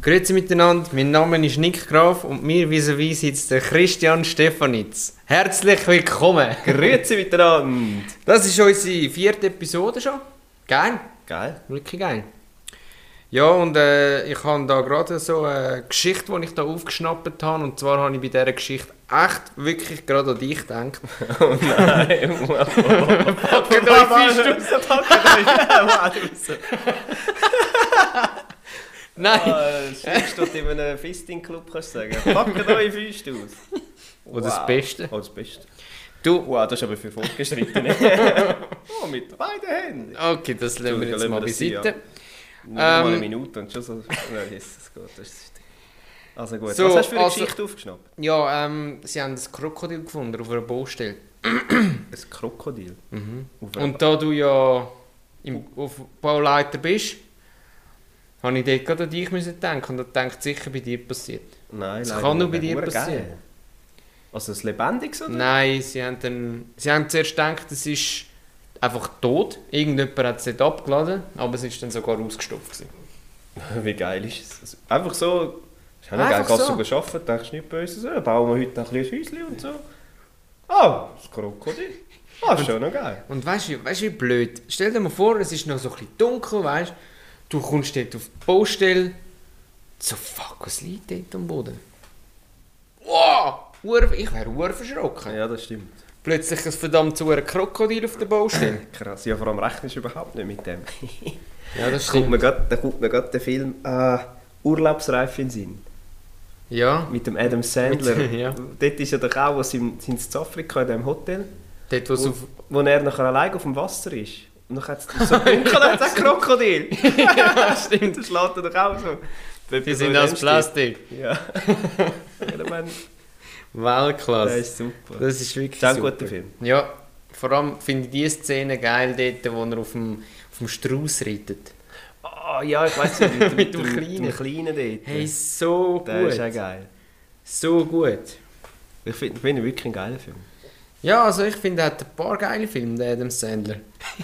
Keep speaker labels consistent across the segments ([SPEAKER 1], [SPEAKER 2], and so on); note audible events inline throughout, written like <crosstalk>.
[SPEAKER 1] Grüezi miteinander, mein Name ist Nick Graf und mir vis-à-vis sitzt der Christian Stefanitz. Herzlich willkommen!
[SPEAKER 2] Grüezi miteinander!
[SPEAKER 1] Das ist unsere vierte Episode schon. Geil, <laughs>
[SPEAKER 2] Geil.
[SPEAKER 1] wirklich geil. Ja, und äh, ich habe da gerade so eine Geschichte, die ich da aufgeschnappt habe. Und zwar habe ich bei dieser Geschichte echt wirklich gerade an dich <laughs> gedacht.
[SPEAKER 2] Oh nein.
[SPEAKER 1] Packt euch fest aus. <laughs>
[SPEAKER 2] <laughs>
[SPEAKER 1] Nein!
[SPEAKER 2] Schlimmst du Ah, in einem Fisting-Club, kannst du sagen. Packt eure Füße aus.
[SPEAKER 1] Oder das Beste.
[SPEAKER 2] Oh, das Beste.
[SPEAKER 1] Du,
[SPEAKER 2] Wow, das ist aber für Fortgeschrittene.
[SPEAKER 1] <laughs>
[SPEAKER 2] oh, mit beiden Händen.
[SPEAKER 1] okay, das lassen wir jetzt mal
[SPEAKER 2] Entschuldigung, lassen wir das
[SPEAKER 1] beiseite.
[SPEAKER 2] Nur mal eine
[SPEAKER 1] Ähm.
[SPEAKER 2] Minute und schon so... Nein, Jesus Gott, das ist... Also gut,
[SPEAKER 1] So,
[SPEAKER 2] was hast du für eine
[SPEAKER 1] also-
[SPEAKER 2] Geschichte aufgeschnappt?
[SPEAKER 1] Ja, ähm, sie haben ein Krokodil gefunden auf einer Baustelle.
[SPEAKER 2] Ein Krokodil. Auf einer-
[SPEAKER 1] Mhm. Und da du ja im, auf Bauleiter bist, habe ich dort gerade an dich müssen denken und denkt sicher bei dir passiert.
[SPEAKER 2] Nein,
[SPEAKER 1] Das
[SPEAKER 2] leider
[SPEAKER 1] kann nur
[SPEAKER 2] nicht.
[SPEAKER 1] bei dir
[SPEAKER 2] Hure
[SPEAKER 1] passieren.
[SPEAKER 2] geil. Also ein lebendiges, oder?
[SPEAKER 1] Nein, sie haben, dann, sie haben zuerst gedacht, es ist einfach tot. Irgendjemand hat es nicht abgeladen, aber es ist dann sogar ausgestopft. Gewesen.
[SPEAKER 2] <laughs> Wie geil ist es? Also Einfach so. Ich habe
[SPEAKER 1] Einfach
[SPEAKER 2] geil, gehst
[SPEAKER 1] so.
[SPEAKER 2] du arbeiten, denkst nicht Böses, ja, bauen wir heute ein kleines Häuschen und so. Ah, das Krokodil. Ah, ist schon noch geil.
[SPEAKER 1] Und weißt du, weißt du, wie blöd? Stell dir mal vor, es ist noch so ein bisschen dunkel, weißt du? Du kommst dort auf die Baustelle. So, fuck, was liegt dort am Boden? Wow! Ur- Ich wäre ur verschrocken.
[SPEAKER 2] Ja, das stimmt.
[SPEAKER 1] Plötzlich ein verdammt zu Krokodil auf der Baustelle.
[SPEAKER 2] Krass. Ja, vor allem rechnest du überhaupt nicht mit dem.
[SPEAKER 1] <clears throat> ja, das
[SPEAKER 2] <laughs> Da kommt mir grad- da kommt mir gerade der Film äh, Urlaubsreif in den Sinn.
[SPEAKER 1] Ja,
[SPEAKER 2] Mit dem Adam Sandler.
[SPEAKER 1] Mit- ja.
[SPEAKER 2] Dort ist <laughs> ja doch auch, wo sie im- sind sie in Afrika in diesem Hotel.
[SPEAKER 1] dort, wo es
[SPEAKER 2] Wo,
[SPEAKER 1] auf.
[SPEAKER 2] wo er nachher allein auf dem Wasser ist. Und dann hat es
[SPEAKER 1] <laughs>
[SPEAKER 2] so dunkel hat ein Krokodil. ja, stimmt. Das schlägt er doch auch so.
[SPEAKER 1] Die sind aus Plastik.
[SPEAKER 2] Ja. <laughs> ich meine, das
[SPEAKER 1] Weltklasse.
[SPEAKER 2] ist super. Das
[SPEAKER 1] Das ist wirklich.
[SPEAKER 2] ist auch ein
[SPEAKER 1] super.
[SPEAKER 2] guter Film.
[SPEAKER 1] Ja, vor allem finde ich die Szene geil, dort, wo er auf dem, auf dem Strauß reitet.
[SPEAKER 2] Ah ja, ich
[SPEAKER 1] <laughs>
[SPEAKER 2] weiß nicht, mit,
[SPEAKER 1] Mit
[SPEAKER 2] mit,
[SPEAKER 1] dem
[SPEAKER 2] dem,
[SPEAKER 1] Kleinen.
[SPEAKER 2] mit dem Kleinen dort.
[SPEAKER 1] Hey, so
[SPEAKER 2] der ist auch
[SPEAKER 1] gut.
[SPEAKER 2] geil.
[SPEAKER 1] So gut.
[SPEAKER 2] Ich finde find ihn wirklich einen
[SPEAKER 1] <laughs>
[SPEAKER 2] geilen Film.
[SPEAKER 1] Ja, also ich finde, er hat ein paar geile Filme, der Adam Sandler.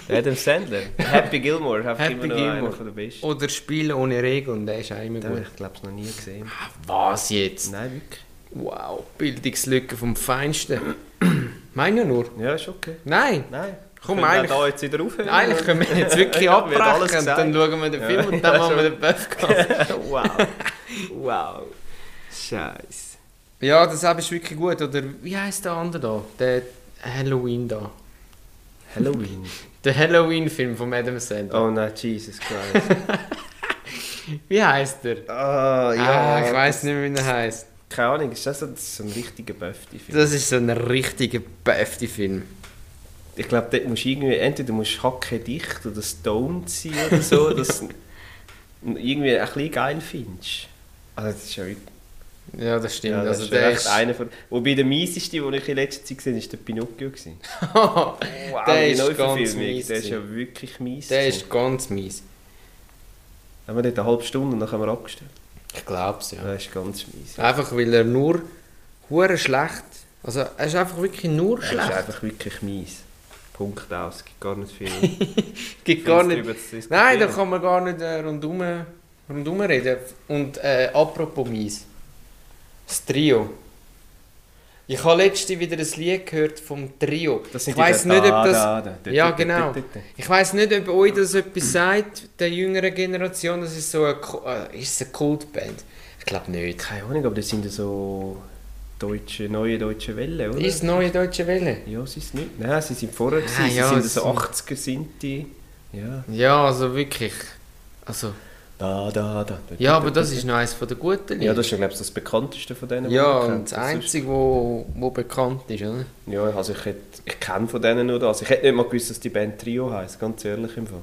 [SPEAKER 2] Der Adam Sandler. Happy Gilmore. Happy
[SPEAKER 1] Happy
[SPEAKER 2] immer noch Gilmore. einer
[SPEAKER 1] Gilmore. Oh.
[SPEAKER 2] von den besten.
[SPEAKER 1] Oder Spiel ohne Regeln, der ist auch immer
[SPEAKER 2] Den habe
[SPEAKER 1] gut. Ah,
[SPEAKER 2] ich glaube ich noch nie gesehen.
[SPEAKER 1] Was jetzt?
[SPEAKER 2] Nein, wirklich.
[SPEAKER 1] Wow, Bildungslücke vom Feinsten. <clears throat> Meine ja nur.
[SPEAKER 2] Ja, ist okay.
[SPEAKER 1] Nein,
[SPEAKER 2] Nein.
[SPEAKER 1] Komm,
[SPEAKER 2] Können wir
[SPEAKER 1] eigentlich-
[SPEAKER 2] auch da jetzt wieder aufhören.
[SPEAKER 1] eigentlich können wir jetzt wirklich
[SPEAKER 2] <laughs> Ja, wird alles
[SPEAKER 1] abbrechen und
[SPEAKER 2] gesagt.
[SPEAKER 1] dann schauen wir den
[SPEAKER 2] Ja.
[SPEAKER 1] Film und dann
[SPEAKER 2] <laughs> Ja,
[SPEAKER 1] machen wir
[SPEAKER 2] schon.
[SPEAKER 1] den Podcast. <laughs>
[SPEAKER 2] wow. Wow. Scheiße.
[SPEAKER 1] Ja, das ist wirklich gut. Oder wie heisst der andere da? Der Halloween da.
[SPEAKER 2] Halloween.
[SPEAKER 1] Der Halloween-Film von Adam Sandler.
[SPEAKER 2] Oh nein, Jesus
[SPEAKER 1] <laughs>
[SPEAKER 2] Christ.
[SPEAKER 1] Wie heisst der?
[SPEAKER 2] Ah,
[SPEAKER 1] ah, ich weiß nicht, wie er heisst.
[SPEAKER 2] Keine Ahnung, ist das so, das ist so ein richtiger Böfti-Film?
[SPEAKER 1] Das ist so ein richtiger Päfti-Film.
[SPEAKER 2] Ich glaube, dort musst du irgendwie, entweder musst du Hacke dicht oder stoned sein
[SPEAKER 1] <laughs>
[SPEAKER 2] oder so, dass du ihn irgendwie ein bisschen geil findest. Also das ist ja wirklich...
[SPEAKER 1] Ja, das stimmt.
[SPEAKER 2] Ja, das
[SPEAKER 1] also
[SPEAKER 2] ist
[SPEAKER 1] der
[SPEAKER 2] echt
[SPEAKER 1] ist...
[SPEAKER 2] einer von... Wobei der mieseste, den ich in letzter Zeit gesehen habe, ist der Pinocchio. Gewesen.
[SPEAKER 1] wow, <laughs> der
[SPEAKER 2] die
[SPEAKER 1] ist ganz
[SPEAKER 2] Neuverfilmung,
[SPEAKER 1] mies.
[SPEAKER 2] Der ist
[SPEAKER 1] gewesen.
[SPEAKER 2] ja wirklich mies.
[SPEAKER 1] Der
[SPEAKER 2] gewesen.
[SPEAKER 1] ist ganz mies.
[SPEAKER 2] Haben wir dort eine halbe Stunde und dann haben wir abgestellt.
[SPEAKER 1] Ich glaub's, ja.
[SPEAKER 2] Der ist ganz mies.
[SPEAKER 1] Einfach weil er nur hure schlecht. Also er ist einfach wirklich nur
[SPEAKER 2] Der ist
[SPEAKER 1] schlecht.
[SPEAKER 2] einfach wirklich mies. Punkt aus, gibt gar nicht viel.
[SPEAKER 1] <laughs> Gibt gar nicht.
[SPEAKER 2] drüber zu diskutieren.
[SPEAKER 1] Nein, da kann man gar nicht äh, rundum, rundum reden. Und äh, apropos mies. Das Trio. Ich habe letztens wieder ein Lied gehört vom Trio.
[SPEAKER 2] Das sind
[SPEAKER 1] Ich weiß
[SPEAKER 2] die-
[SPEAKER 1] nicht, ob
[SPEAKER 2] da,
[SPEAKER 1] das.
[SPEAKER 2] da, da, da,
[SPEAKER 1] Ja,
[SPEAKER 2] da,
[SPEAKER 1] genau.
[SPEAKER 2] da, da, da.
[SPEAKER 1] Ich weiß nicht, ob euch das etwas sagt, der jüngeren Generation. Das ist so eine, Ku- äh, ist es eine Kultband. Ich glaube nicht.
[SPEAKER 2] Keine Ahnung, aber das sind ja so deutsche, neue deutsche Welle, oder?
[SPEAKER 1] Ist das neue Deutsche Welle?
[SPEAKER 2] Ja, sie ist nicht. Nein, sie sind vorher gewesen.
[SPEAKER 1] Ah,
[SPEAKER 2] sie
[SPEAKER 1] ja,
[SPEAKER 2] sind
[SPEAKER 1] es
[SPEAKER 2] so
[SPEAKER 1] sind-
[SPEAKER 2] 80er sind die. Ja.
[SPEAKER 1] Ja, also wirklich. Also,
[SPEAKER 2] Da, da, da. da
[SPEAKER 1] ja,
[SPEAKER 2] da,
[SPEAKER 1] aber
[SPEAKER 2] da,
[SPEAKER 1] das
[SPEAKER 2] da.
[SPEAKER 1] ist noch eines der guten Lieder.
[SPEAKER 2] Ja, das ist ja, glaube ich, das bekannteste von denen. die
[SPEAKER 1] Ja,
[SPEAKER 2] man
[SPEAKER 1] und
[SPEAKER 2] kennt.
[SPEAKER 1] das
[SPEAKER 2] Das ist-
[SPEAKER 1] Einzige, wo, wo bekannt ist, oder?
[SPEAKER 2] Ja, also ich, hätte, ich kenne von denen nur das. Ich hätte nicht mal gewusst, dass die Band Trio heisst, ganz ehrlich im Fall.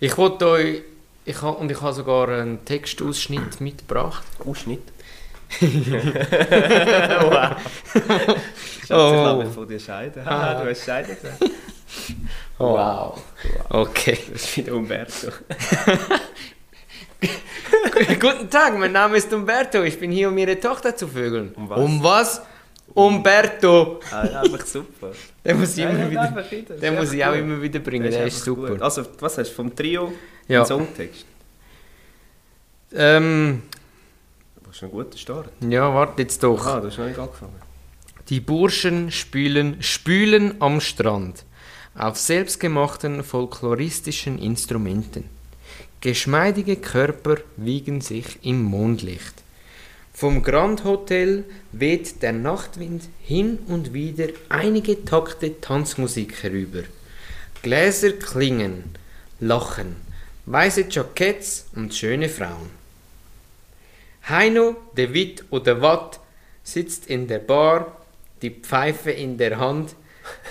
[SPEAKER 1] Ich wollte euch... Ich ha, und ich habe sogar einen Textausschnitt mitgebracht.
[SPEAKER 2] Ausschnitt. <laughs> Schatz,
[SPEAKER 1] Oh.
[SPEAKER 2] ich lasse mich von dir scheiden. Haha,
[SPEAKER 1] Ah.
[SPEAKER 2] du hast scheiden gesagt. Wow.
[SPEAKER 1] Okay. <laughs>
[SPEAKER 2] Das ist wieder Umberto.
[SPEAKER 1] Guten Tag, mein Name ist Umberto. Ich bin hier, um Ihre Tochter zu vögeln.
[SPEAKER 2] Um was?
[SPEAKER 1] Um was? Umberto.
[SPEAKER 2] <laughs> Ah, ja, einfach super.
[SPEAKER 1] Den muss ich,
[SPEAKER 2] Ja,
[SPEAKER 1] immer
[SPEAKER 2] ja,
[SPEAKER 1] wieder,
[SPEAKER 2] einfach wieder.
[SPEAKER 1] den
[SPEAKER 2] Ist
[SPEAKER 1] muss ich
[SPEAKER 2] einfach
[SPEAKER 1] auch
[SPEAKER 2] gut.
[SPEAKER 1] immer wieder bringen. Der ist,
[SPEAKER 2] einfach Ah,
[SPEAKER 1] super.
[SPEAKER 2] gut. Also, was hast du vom Trio?
[SPEAKER 1] Ja.
[SPEAKER 2] Den Songtext.
[SPEAKER 1] Ähm,
[SPEAKER 2] Das ist ein guter Start.
[SPEAKER 1] Ja, warte jetzt doch.
[SPEAKER 2] Ah, du hast noch nicht angefangen.
[SPEAKER 1] Die Burschen spülen, spülen am Strand auf selbstgemachten folkloristischen Instrumenten. Geschmeidige Körper wiegen sich im Mondlicht. Vom Grand Hotel weht der Nachtwind hin und wieder einige Takte Tanzmusik herüber. Gläser klingen, lachen, weiße Jacketts und schöne Frauen. Heino, de Witt oder Watt sitzt in der Bar, die Pfeife in der Hand,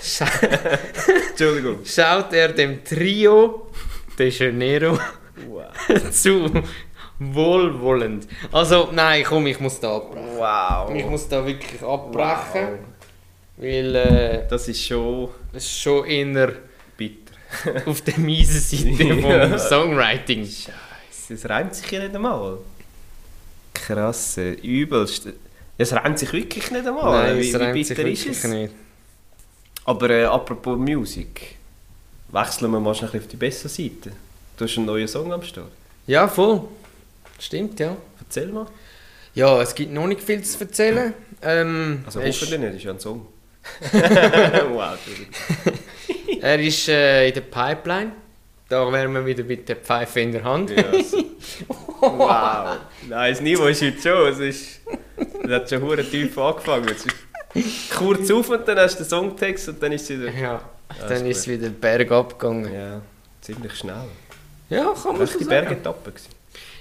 [SPEAKER 1] scha-
[SPEAKER 2] <laughs> Entschuldigung.
[SPEAKER 1] schaut er dem Trio de Janeiro <laughs>
[SPEAKER 2] Wow.
[SPEAKER 1] zu, wohlwollend. Also, nein, komm, ich muss da abbrechen. Ich
[SPEAKER 2] Wow.
[SPEAKER 1] muss da wirklich abbrechen, weil äh,
[SPEAKER 2] Das ist schon
[SPEAKER 1] es ist schon eher
[SPEAKER 2] bitter.
[SPEAKER 1] auf der miesen
[SPEAKER 2] <laughs>
[SPEAKER 1] Seite vom
[SPEAKER 2] Ja.
[SPEAKER 1] Songwriting.
[SPEAKER 2] Scheiße, es reimt sich ja nicht einmal. Krasse, übelst. Es reimt sich wirklich nicht einmal.
[SPEAKER 1] Nein,
[SPEAKER 2] Oh, wie,
[SPEAKER 1] es reimt
[SPEAKER 2] wie
[SPEAKER 1] sich
[SPEAKER 2] bitter ist
[SPEAKER 1] wirklich
[SPEAKER 2] es?
[SPEAKER 1] nicht.
[SPEAKER 2] Aber äh, apropos Musik. Wechseln wir mal schnell ein bisschen auf die bessere Seite. Du hast einen neuen Song am Start.
[SPEAKER 1] Ja, voll. Stimmt, ja.
[SPEAKER 2] Erzähl mal.
[SPEAKER 1] Ja, es gibt noch nicht viel zu erzählen. Ähm,
[SPEAKER 2] Also
[SPEAKER 1] er ist-
[SPEAKER 2] hoffentlich nicht, ist ja
[SPEAKER 1] <laughs>
[SPEAKER 2] ein Song. wow, Entschuldigung.
[SPEAKER 1] Er ist äh, in der Pipeline. Da wären wir wieder mit der Pfeife in der Hand.
[SPEAKER 2] Ja, also- wow. Nein, das Niveau ist heute schon. Es, ist, es hat schon hure tief angefangen. Es ist kurz auf und dann hast du den Songtext und dann ist es wieder...
[SPEAKER 1] <laughs> Ja,
[SPEAKER 2] ist
[SPEAKER 1] dann
[SPEAKER 2] gut.
[SPEAKER 1] ist es wieder bergab gegangen.
[SPEAKER 2] Ja, ziemlich schnell.
[SPEAKER 1] Ja, kann man
[SPEAKER 2] Echt
[SPEAKER 1] so
[SPEAKER 2] die
[SPEAKER 1] sagen.
[SPEAKER 2] Bergetappe gewesen.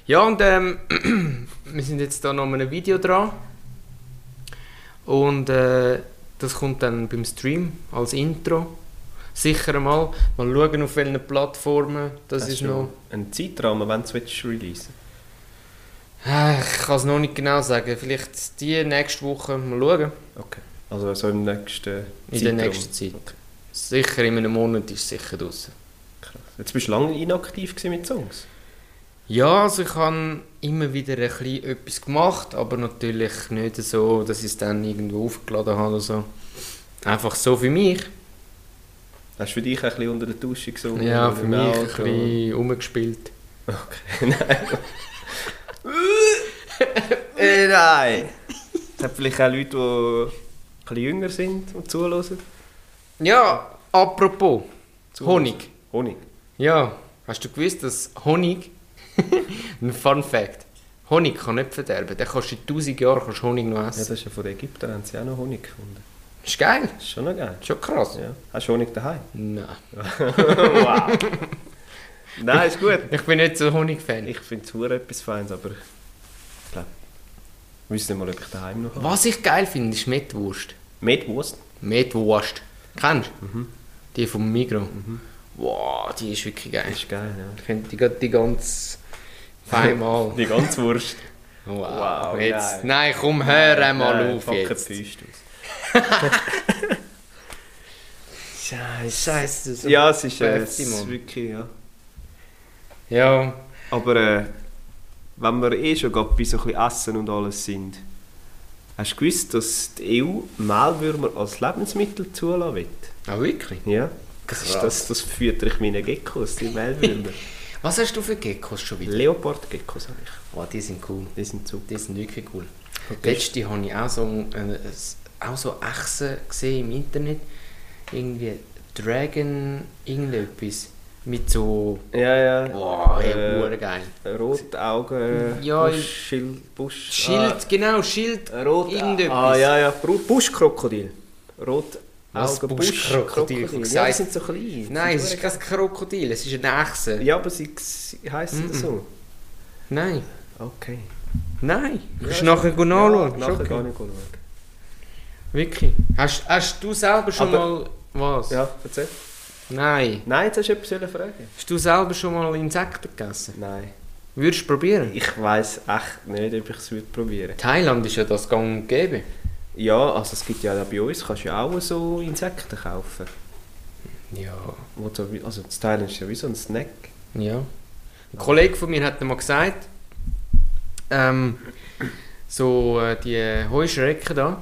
[SPEAKER 1] Ja, und ähm, <clears throat> wir sind jetzt da noch an einem Video dran. Und äh, das kommt dann beim Stream als Intro. Sicher mal. Mal schauen, auf welchen Plattformen. Das
[SPEAKER 2] Hast
[SPEAKER 1] ist
[SPEAKER 2] du
[SPEAKER 1] noch.
[SPEAKER 2] Ein Zeitrahmen, wenn du es releasen
[SPEAKER 1] Ah, Ich kann es noch nicht genau sagen. Vielleicht die nächste Woche mal schauen.
[SPEAKER 2] Okay. Also so im nächsten
[SPEAKER 1] In
[SPEAKER 2] Zeitraum.
[SPEAKER 1] der nächsten Zeit.
[SPEAKER 2] Okay,
[SPEAKER 1] Sicher in einem Monat ist es sicher draußen.
[SPEAKER 2] krass. Jetzt bist du lange inaktiv gewesen mit Songs.
[SPEAKER 1] Ja, also ich habe immer wieder ein bisschen etwas gemacht, aber natürlich nicht so, dass ich es dann irgendwo aufgeladen habe oder so. Einfach so für mich.
[SPEAKER 2] Hast du für dich ein bisschen unter der Dusche gesungen?
[SPEAKER 1] ja,
[SPEAKER 2] oder
[SPEAKER 1] für
[SPEAKER 2] im
[SPEAKER 1] mich ein
[SPEAKER 2] Auto?
[SPEAKER 1] bisschen rumgespielt.
[SPEAKER 2] Okay, nein. äh, nein. Es hat vielleicht auch Leute, die ein bisschen jünger sind und zuhören.
[SPEAKER 1] Ja, apropos,
[SPEAKER 2] Zuhören.
[SPEAKER 1] Honig.
[SPEAKER 2] Honig.
[SPEAKER 1] Ja, hast du gewusst, dass Honig... <laughs> ein Fun Fact. Honig kann nicht verderben. Den kannst du in tausend Jahren kannst du Honig noch
[SPEAKER 2] Ja, das
[SPEAKER 1] essen.
[SPEAKER 2] ist ja von den Ägyptern, haben sie auch noch Honig gefunden.
[SPEAKER 1] ist geil.
[SPEAKER 2] Das ist schon noch geil.
[SPEAKER 1] Schon krass.
[SPEAKER 2] Ja. Hast du
[SPEAKER 1] <laughs>
[SPEAKER 2] Honig daheim?
[SPEAKER 1] Nein.
[SPEAKER 2] wow. Nein, ist gut.
[SPEAKER 1] Ich bin nicht so ein Honig-Fan.
[SPEAKER 2] Ich finde es etwas Feines, aber ich glaube, wir wissen nicht mal, ob ich daheim noch habe.
[SPEAKER 1] Was ich geil finde, ist Mettwurst.
[SPEAKER 2] Mit Wurst?
[SPEAKER 1] Metwurst. Kennst du?
[SPEAKER 2] Mhm.
[SPEAKER 1] Die vom Migro. Wow, die ist wirklich geil.
[SPEAKER 2] Ist geil, ja.
[SPEAKER 1] Ich könnte die, grad die ganz feinmal.
[SPEAKER 2] <laughs> Die ganze Wurst.
[SPEAKER 1] Wow,
[SPEAKER 2] Wow,
[SPEAKER 1] jetzt.
[SPEAKER 2] nein.
[SPEAKER 1] Nein, komm, hör einmal
[SPEAKER 2] Nein,
[SPEAKER 1] auf
[SPEAKER 2] fuck,
[SPEAKER 1] jetzt.
[SPEAKER 2] enttäuscht aus.
[SPEAKER 1] Scheiße, scheiße. so-
[SPEAKER 2] Ja, es ist, äh,
[SPEAKER 1] Perfekt,
[SPEAKER 2] es ist
[SPEAKER 1] Mann.
[SPEAKER 2] wirklich, ja.
[SPEAKER 1] Ja,
[SPEAKER 2] Aber äh, wenn wir eh schon gerade bei so ein bisschen Essen und alles sind, hast du gewusst, dass die E EU Mehlwürmer als Lebensmittel zulassen will?
[SPEAKER 1] ah, wirklich?
[SPEAKER 2] Ja. Das, ist
[SPEAKER 1] Krass.
[SPEAKER 2] das, das führt ich meine Geckos, die Mehlwürmer.
[SPEAKER 1] <laughs> Was hast du für Geckos schon wieder?
[SPEAKER 2] Leopardgeckos habe ich.
[SPEAKER 1] Wow, die sind cool.
[SPEAKER 2] Die sind super.
[SPEAKER 1] Die sind wirklich cool. Letzte habe ich auch so, äh, auch so Echsen gesehen im Internet. Irgendwie Dragon, irgendetwas. Mit so.
[SPEAKER 2] Ja, ja.
[SPEAKER 1] Wow, ey,
[SPEAKER 2] Äh,
[SPEAKER 1] äh, geil.
[SPEAKER 2] Rotaugen,
[SPEAKER 1] Ja,
[SPEAKER 2] Busch, Schild, Busch.
[SPEAKER 1] Schild, genau, Schild.
[SPEAKER 2] Ah, Rot,
[SPEAKER 1] irgendetwas.
[SPEAKER 2] Ah, ja, ja, Bru- Buschkrokodil. Rot.
[SPEAKER 1] Was,
[SPEAKER 2] Augen-
[SPEAKER 1] Buschkrokodil? Ich hab
[SPEAKER 2] Ja, die
[SPEAKER 1] gesagt-
[SPEAKER 2] sind so klein.
[SPEAKER 1] Nein, es ist
[SPEAKER 2] ganz
[SPEAKER 1] kein Krokodil, es ist eine Echse.
[SPEAKER 2] Ja, aber sie heißen
[SPEAKER 1] Mhm.
[SPEAKER 2] so.
[SPEAKER 1] Nein,
[SPEAKER 2] Okay.
[SPEAKER 1] nein. Du kannst
[SPEAKER 2] Ja,
[SPEAKER 1] nachher go nachschauen.
[SPEAKER 2] Ja,
[SPEAKER 1] Ja,
[SPEAKER 2] nachher gar
[SPEAKER 1] okay.
[SPEAKER 2] nicht anschauen.
[SPEAKER 1] Wirklich. Hast, hast du selber schon
[SPEAKER 2] Aber-
[SPEAKER 1] mal. Was?
[SPEAKER 2] Ja, erzähl.
[SPEAKER 1] Nein.
[SPEAKER 2] Nein, jetzt hast du etwas fragen.
[SPEAKER 1] Hast du selber schon mal Insekten gegessen?
[SPEAKER 2] Nein.
[SPEAKER 1] Würdest du probieren?
[SPEAKER 2] Ich weiss echt nicht, ob ich es würde probieren.
[SPEAKER 1] Thailand ist ja das gang und gäbe.
[SPEAKER 2] Ja, also es gibt ja da bei uns, kannst du ja auch so Insekten kaufen.
[SPEAKER 1] Ja.
[SPEAKER 2] Wo du, wie- also das Teil ist ja wie so ein Snack.
[SPEAKER 1] Ja. Ein Kollege von mir hat mal gesagt, ähm, so äh, die Heuschrecken da.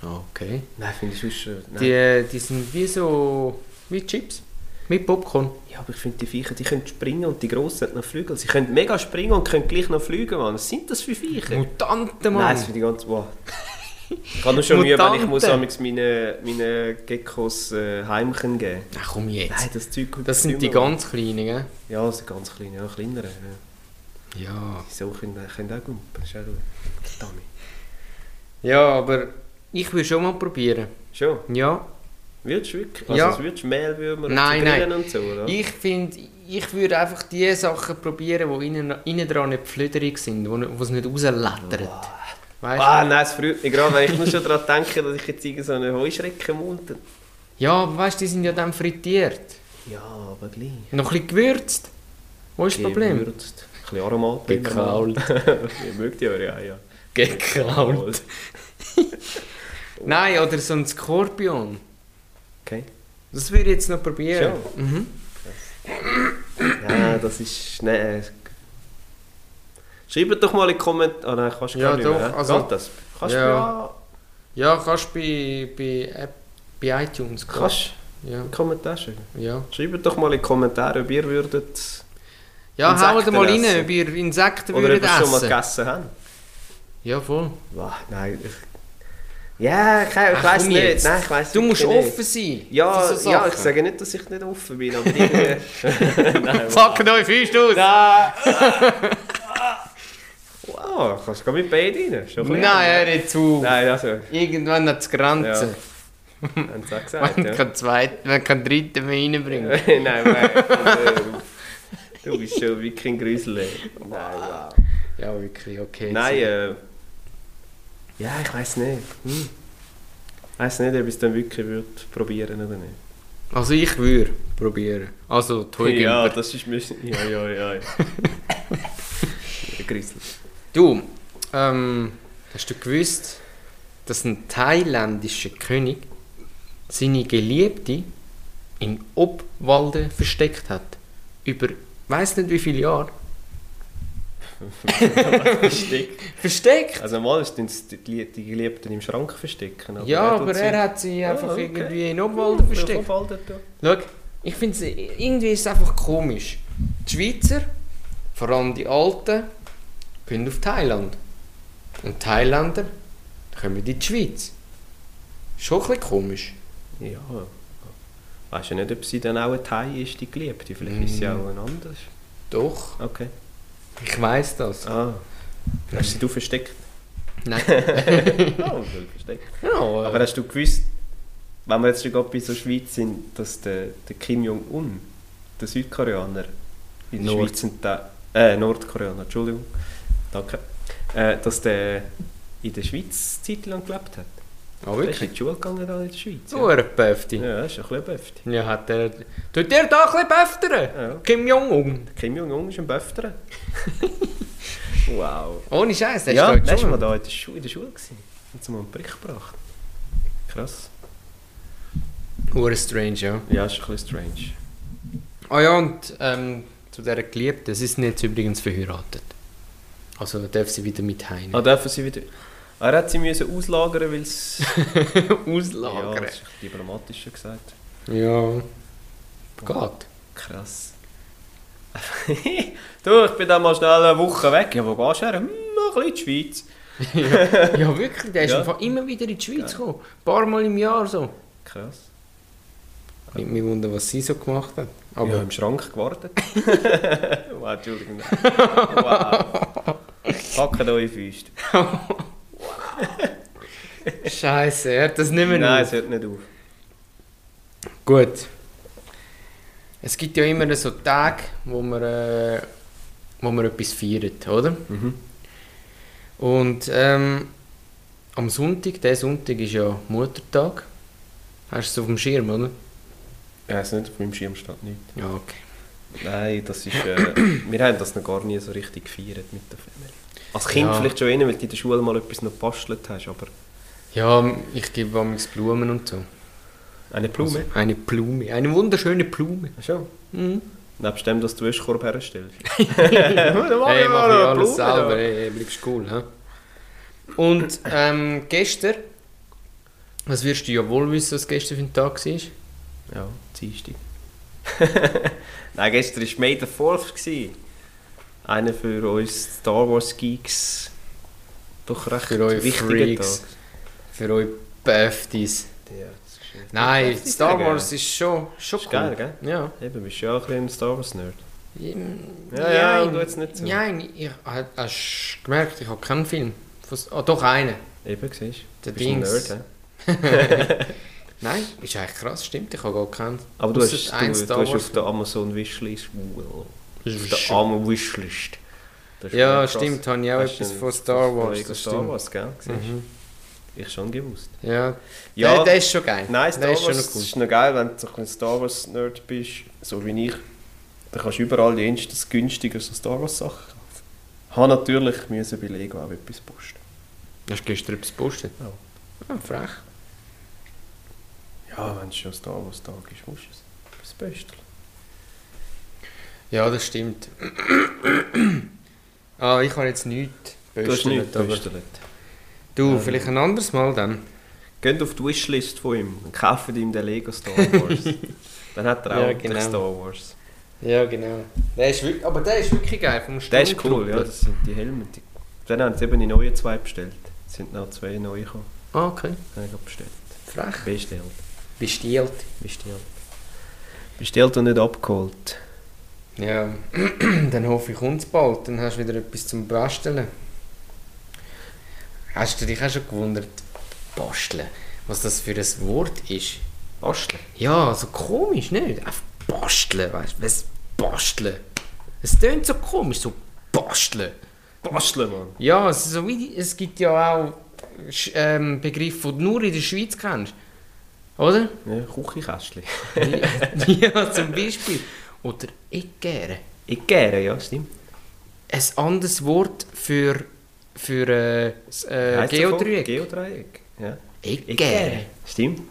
[SPEAKER 1] Okay. äh,
[SPEAKER 2] Nein, finde ich sonst schon... nein.
[SPEAKER 1] Die, die sind wie so wie Chips. Mit Popcorn.
[SPEAKER 2] Ja, aber ich finde, die Viecher, die können springen und die Grossen haben noch Flügel. Sie können mega springen und können gleich noch fliegen, Mann. Was sind das für Viecher?
[SPEAKER 1] Mutanten, Mann.
[SPEAKER 2] Nein, das finde ich ganz... Wow. Ich habe nur schon Mühe, wenn ich
[SPEAKER 1] Mutanten.
[SPEAKER 2] muss amigs meine, meine Geckos äh, Heimchen geben.
[SPEAKER 1] Ach komm jetzt.
[SPEAKER 2] Nein, das Zeug kommt
[SPEAKER 1] das sind
[SPEAKER 2] nicht
[SPEAKER 1] die
[SPEAKER 2] mehr.
[SPEAKER 1] ganz Kleinen, gell?
[SPEAKER 2] Ja, das sind ganz kleine, ja, kleinere. Ja.
[SPEAKER 1] Ja.
[SPEAKER 2] Wieso können, können auch gumpen? Ist auch gut. Dummy.
[SPEAKER 1] Ja, aber ich will schon mal probieren.
[SPEAKER 2] Schon?
[SPEAKER 1] Ja.
[SPEAKER 2] Würdest du wirklich? Also,
[SPEAKER 1] Ja.
[SPEAKER 2] das würdest du Mehl würden
[SPEAKER 1] Nein, nein.
[SPEAKER 2] und so, oder?
[SPEAKER 1] Ich finde, ich würde einfach die Sachen probieren, die innen, innen dran nicht flüderig sind, die wo, es nicht rauslettert. Weißt
[SPEAKER 2] Ah, nein, es freut mich gerade, weil ich muss schon daran denken, dass ich jetzt irgend so einen Heuschrecken im Mund habe.
[SPEAKER 1] Ja, aber weißt du, die sind ja dann frittiert.
[SPEAKER 2] Ja, aber gleich.
[SPEAKER 1] Noch ein bisschen gewürzt. Wo ist das Problem?
[SPEAKER 2] Gewürzt. Ein bisschen Aromat.
[SPEAKER 1] Gekrault.
[SPEAKER 2] <laughs> Ihr mögt ja, ja, ja.
[SPEAKER 1] Gekraut. Nein, oder so ein Skorpion.
[SPEAKER 2] Okay.
[SPEAKER 1] Das würde ich jetzt noch probieren. Mhm.
[SPEAKER 2] Ja, das ist... Nein. Schreibt doch mal in die Kommentare... Ah nein, kannst du
[SPEAKER 1] Ja,
[SPEAKER 2] gar nicht mehr.
[SPEAKER 1] doch,
[SPEAKER 2] hä?
[SPEAKER 1] also-
[SPEAKER 2] Geht das? Kannst du...
[SPEAKER 1] Ja.
[SPEAKER 2] Ja.
[SPEAKER 1] Ja, kannst du bei, bei, App, bei iTunes gehen.
[SPEAKER 2] Kannst
[SPEAKER 1] Ja,
[SPEAKER 2] du Kommentar schreiben?
[SPEAKER 1] ja.
[SPEAKER 2] Schreibt doch mal in die Kommentare, ob ihr würdet...
[SPEAKER 1] ja haut
[SPEAKER 2] Insekten
[SPEAKER 1] mal rein,
[SPEAKER 2] essen.
[SPEAKER 1] ob ihr Insekten
[SPEAKER 2] Oder ob
[SPEAKER 1] würdet
[SPEAKER 2] ihr schon mal
[SPEAKER 1] essen.
[SPEAKER 2] gegessen habt.
[SPEAKER 1] ja, voll.
[SPEAKER 2] Wah, nein. Ich, ja, ich, ich
[SPEAKER 1] Ach,
[SPEAKER 2] weiß
[SPEAKER 1] komm
[SPEAKER 2] nicht.
[SPEAKER 1] jetzt.
[SPEAKER 2] Nein, ich weiss
[SPEAKER 1] Du musst
[SPEAKER 2] wirklich nicht.
[SPEAKER 1] offen sein.
[SPEAKER 2] Ja,
[SPEAKER 1] für so
[SPEAKER 2] ja, ich
[SPEAKER 1] Sachen.
[SPEAKER 2] sage nicht, dass ich nicht offen bin, aber irgendwie. <laughs>
[SPEAKER 1] <laughs>
[SPEAKER 2] nein,
[SPEAKER 1] Fuck neue Fisch aus!
[SPEAKER 2] Nein. Wow, Oh, kannst du gar mit beiden rein? Ist doch ein
[SPEAKER 1] Nein, hör jetzt auf.
[SPEAKER 2] bisschen- Nein, also,
[SPEAKER 1] Irgendwann hat es Grenzen.
[SPEAKER 2] haben
[SPEAKER 1] <laughs>
[SPEAKER 2] sie auch gesagt.
[SPEAKER 1] Man
[SPEAKER 2] Ja. <laughs>
[SPEAKER 1] kann zweiten, man kann dritten mehr reinbringen.
[SPEAKER 2] nein, nein. also, Du bist schon wirklich ein Grüsel. ey. Nein, wow.
[SPEAKER 1] Ja, wirklich, okay.
[SPEAKER 2] Nein, äh, Ja, ich weiß nicht. Hm. Ich weiß nicht, ob ich es dann wirklich würde probieren oder nicht.
[SPEAKER 1] Also ich würde probieren. Also Toy
[SPEAKER 2] Ja,
[SPEAKER 1] Gimper.
[SPEAKER 2] das ist mir. Ja, ja,
[SPEAKER 1] <laughs>
[SPEAKER 2] ja. ja. Der Grüssel.
[SPEAKER 1] Du, ähm, hast du gewusst, dass ein thailändischer König seine Geliebte in Obwalden versteckt hat? Über weiß nicht wie viele Jahre.
[SPEAKER 2] Versteckt.
[SPEAKER 1] Versteckt?
[SPEAKER 2] Also, mal ist die, die, die Geliebten im Schrank verstecken.
[SPEAKER 1] ja, aber er
[SPEAKER 2] hat.
[SPEAKER 1] hat sie
[SPEAKER 2] Ah,
[SPEAKER 1] einfach
[SPEAKER 2] okay.
[SPEAKER 1] irgendwie in Obwalden versteckt. Schau, ich finde es irgendwie ist es einfach komisch. Die Schweizer, vor allem die Alten, gehen auf Thailand. Und die Thailänder kommen in die Schweiz. Schon ein bisschen komisch.
[SPEAKER 2] Ja. Weißt du nicht, ob sie dann auch ein Thai ist, die Geliebte? Vielleicht ist sie
[SPEAKER 1] Mm.
[SPEAKER 2] auch ein anderes.
[SPEAKER 1] Doch,
[SPEAKER 2] Okay.
[SPEAKER 1] ich weiß das.
[SPEAKER 2] Ah. Hast sie du versteckt?
[SPEAKER 1] Nein.
[SPEAKER 2] <laughs> Oh, du versteckt.
[SPEAKER 1] Ja,
[SPEAKER 2] Aber
[SPEAKER 1] aber
[SPEAKER 2] hast du gewusst, wenn wir jetzt schon gerade bei so Schweiz sind, dass der, der Kim Jong-un, der Südkoreaner, in der
[SPEAKER 1] Nord-
[SPEAKER 2] Schweiz sind der, äh, Nordkoreaner, Entschuldigung, danke, äh, dass der in der Schweiz Zeit lang gelebt hat.
[SPEAKER 1] oh,
[SPEAKER 2] Der ist in
[SPEAKER 1] wirklich.
[SPEAKER 2] die Schule gegangen da in der Schweiz.
[SPEAKER 1] So
[SPEAKER 2] Ja,
[SPEAKER 1] ein Päfti.
[SPEAKER 2] ja das ist ein bisschen Böfter.
[SPEAKER 1] Ja, hat er. Tut ihr da ein bisschen Päfteren?
[SPEAKER 2] Ja.
[SPEAKER 1] Kim Jong-un.
[SPEAKER 2] Kim Jong-un ist ein Böfter. <laughs> wow.
[SPEAKER 1] Ohne Scheiß, der
[SPEAKER 2] ja,
[SPEAKER 1] ist
[SPEAKER 2] letztes Mal
[SPEAKER 1] schon.
[SPEAKER 2] da in der, Schu in der Schule gewesen. Hat sie mal einen Bericht gebracht. Krass.
[SPEAKER 1] Ur strange, ja.
[SPEAKER 2] Ja, ist ein bisschen strange.
[SPEAKER 1] Ah ja, und ähm, zu dieser Geliebten, sie sind jetzt übrigens verheiratet. Also darf sie wieder mit heim.
[SPEAKER 2] Ah, dürfen sie wieder... Ah, Er hat sie müssen auslagern, weil es... Ja,
[SPEAKER 1] <laughs> Auslagern.
[SPEAKER 2] das ist diplomatischer gesagt.
[SPEAKER 1] Ja. <laughs> Geht.
[SPEAKER 2] Krass. <laughs> du, ich bin dann mal schnell eine Woche weg. Ja, wo gehst du her? Hm, ein bisschen in die Schweiz.
[SPEAKER 1] ja, wirklich, der ist
[SPEAKER 2] Ja.
[SPEAKER 1] im Fall immer wieder in die Schweiz
[SPEAKER 2] Geil.
[SPEAKER 1] gekommen. Ein paar Mal im Jahr so.
[SPEAKER 2] Krass.
[SPEAKER 1] Nicht mich wundern, was sie so gemacht hat.
[SPEAKER 2] Aber ja,
[SPEAKER 1] Aber
[SPEAKER 2] im Schrank <laughs> gewartet. wow, Entschuldigung. Wow. <laughs> Packen eure Füße.
[SPEAKER 1] Scheiße, er hat das nicht mehr
[SPEAKER 2] Nein,
[SPEAKER 1] auf.
[SPEAKER 2] es hört nicht auf.
[SPEAKER 1] Gut. Es gibt ja immer so Tage, wo man, äh, wo man etwas feiert, oder?
[SPEAKER 2] Mhm.
[SPEAKER 1] Und ähm, am Sonntag, der Sonntag ist ja Muttertag. Hast du es auf dem Schirm, oder?
[SPEAKER 2] Ja, es ist nicht auf meinem Schirm steht nicht.
[SPEAKER 1] Ja, okay.
[SPEAKER 2] Nein, das ist... Äh, <clears throat> wir haben das noch gar nie so richtig gefeiert mit der Familie. Als Kind
[SPEAKER 1] Ja.
[SPEAKER 2] vielleicht schon rein, weil du in der Schule mal etwas noch gebastelt hast, aber...
[SPEAKER 1] Ja, ich gebe am Blumen und so.
[SPEAKER 2] Eine Blume?
[SPEAKER 1] Also eine Blume, eine wunderschöne Blume.
[SPEAKER 2] Ach so.
[SPEAKER 1] Mhm.
[SPEAKER 2] Nebst dem, dass du
[SPEAKER 1] <laughs>
[SPEAKER 2] Wäschkorb herstellst.
[SPEAKER 1] Hey,
[SPEAKER 2] hey,
[SPEAKER 1] mach ich alles selber, hey, bleibst cool. He? Und ähm, gestern, was wirst du ja wohl wissen, was gestern für ein Tag war?
[SPEAKER 2] Ja, Dienstag. <laughs> Nein, gestern war May the 4th. gewesen. Einer für uns Star Wars Geeks. Doch recht
[SPEAKER 1] Für euch
[SPEAKER 2] wichtiger
[SPEAKER 1] Freaks.
[SPEAKER 2] Tag.
[SPEAKER 1] Für euch Böftis.
[SPEAKER 2] Ja, das ist schön.
[SPEAKER 1] Nein,
[SPEAKER 2] Böftis
[SPEAKER 1] Star
[SPEAKER 2] sagen.
[SPEAKER 1] Wars ist schon, schon
[SPEAKER 2] Ist
[SPEAKER 1] cool.
[SPEAKER 2] geil, gell?
[SPEAKER 1] Ja.
[SPEAKER 2] Eben, bist du ja auch ein bisschen ein Star Wars Nerd. Ja,
[SPEAKER 1] Ja,
[SPEAKER 2] ja, du jetzt nicht so.
[SPEAKER 1] Nein, ich, hast- hast du gemerkt, ich habe keinen Film. Von- Ah, doch einen.
[SPEAKER 2] Eben, siehst du.
[SPEAKER 1] Der
[SPEAKER 2] bist ein
[SPEAKER 1] Dings.
[SPEAKER 2] Nerd, hä?
[SPEAKER 1] Nein, ist eigentlich krass, stimmt, ich habe gar keinen.
[SPEAKER 2] Aber du hast,
[SPEAKER 1] Ausser
[SPEAKER 2] du,
[SPEAKER 1] ein
[SPEAKER 2] du
[SPEAKER 1] Star
[SPEAKER 2] hast
[SPEAKER 1] Wars.
[SPEAKER 2] auf der Amazon Wishlist. Wow. Auf der
[SPEAKER 1] Ja,
[SPEAKER 2] Amazon Wishlist. Das ist
[SPEAKER 1] ja
[SPEAKER 2] krass.
[SPEAKER 1] stimmt, habe ich auch
[SPEAKER 2] Hast
[SPEAKER 1] etwas
[SPEAKER 2] du
[SPEAKER 1] von Star Wars.
[SPEAKER 2] Lego
[SPEAKER 1] Das
[SPEAKER 2] Star
[SPEAKER 1] stimmt. Mhm.
[SPEAKER 2] Wars, gell? Siehst du? Ich schon gewusst.
[SPEAKER 1] Ja,
[SPEAKER 2] Ja,
[SPEAKER 1] Der, der ist schon geil.
[SPEAKER 2] nein, Star
[SPEAKER 1] der ist
[SPEAKER 2] Wars
[SPEAKER 1] schon
[SPEAKER 2] ist,
[SPEAKER 1] noch cool.
[SPEAKER 2] noch geil, wenn du so ein Star Wars Nerd bist, so wie ich. Dann kannst du überall jedes günstiger so Star Wars Sachen kaufen. Habe natürlich müssen bei Lego auch etwas posten.
[SPEAKER 1] Hast du gestern etwas gepostet?
[SPEAKER 2] Ja.
[SPEAKER 1] Ah, frech.
[SPEAKER 2] Ja, wenn es schon Star Wars Tag ist, musst du es. Das Beste.
[SPEAKER 1] Ja, das stimmt. <clears throat> ah, ich habe jetzt nichts
[SPEAKER 2] Du hast nicht
[SPEAKER 1] gepostet, aber-
[SPEAKER 2] gebüstelt.
[SPEAKER 1] Du,
[SPEAKER 2] Ähm.
[SPEAKER 1] vielleicht ein anderes Mal dann.
[SPEAKER 2] Geht auf die Wishlist von ihm und kauft ihm den Lego Star Wars. <laughs> Dann hat er auch
[SPEAKER 1] Ja,
[SPEAKER 2] endlich
[SPEAKER 1] genau.
[SPEAKER 2] Star Wars.
[SPEAKER 1] Ja, genau. Der ist wirklich, aber der ist wirklich geil vom
[SPEAKER 2] Der ist cool, ja, das sind die Helme. Die, dann haben sie eben die neuen zwei bestellt. Es sind noch zwei neue gekommen.
[SPEAKER 1] Ah, okay.
[SPEAKER 2] Habe ich gerade bestellt.
[SPEAKER 1] Frech.
[SPEAKER 2] Bestellt.
[SPEAKER 1] Bestiehlt.
[SPEAKER 2] Bestellt. Bestellt und nicht abgeholt.
[SPEAKER 1] Ja, <clears throat> dann hoffe ich, kommt's bald. Dann hast du wieder etwas zum Basteln. Hast du dich auch schon gewundert, basteln, was das für ein Wort ist?
[SPEAKER 2] Basteln.
[SPEAKER 1] Ja, so komisch, nicht? Einfach basteln, weißt du? Was basteln? Es tönt so komisch, so basteln.
[SPEAKER 2] Basteln, Mann.
[SPEAKER 1] Ja, es, ist so wie, die- es gibt ja auch Sch- ähm, Begriffe, die du nur in der Schweiz kennst. Oder? <laughs>
[SPEAKER 2] Ja, Küchenkästchen.
[SPEAKER 1] ja, zum Beispiel. Oder Eckgäre.
[SPEAKER 2] Ich gerne, ja, stimmt.
[SPEAKER 1] Ein anderes Wort für, für äh, s- äh,
[SPEAKER 2] Heisst davon?
[SPEAKER 1] Geodreieck.
[SPEAKER 2] Geodreieck. Ja.
[SPEAKER 1] Eckgäre.
[SPEAKER 2] Stimmt,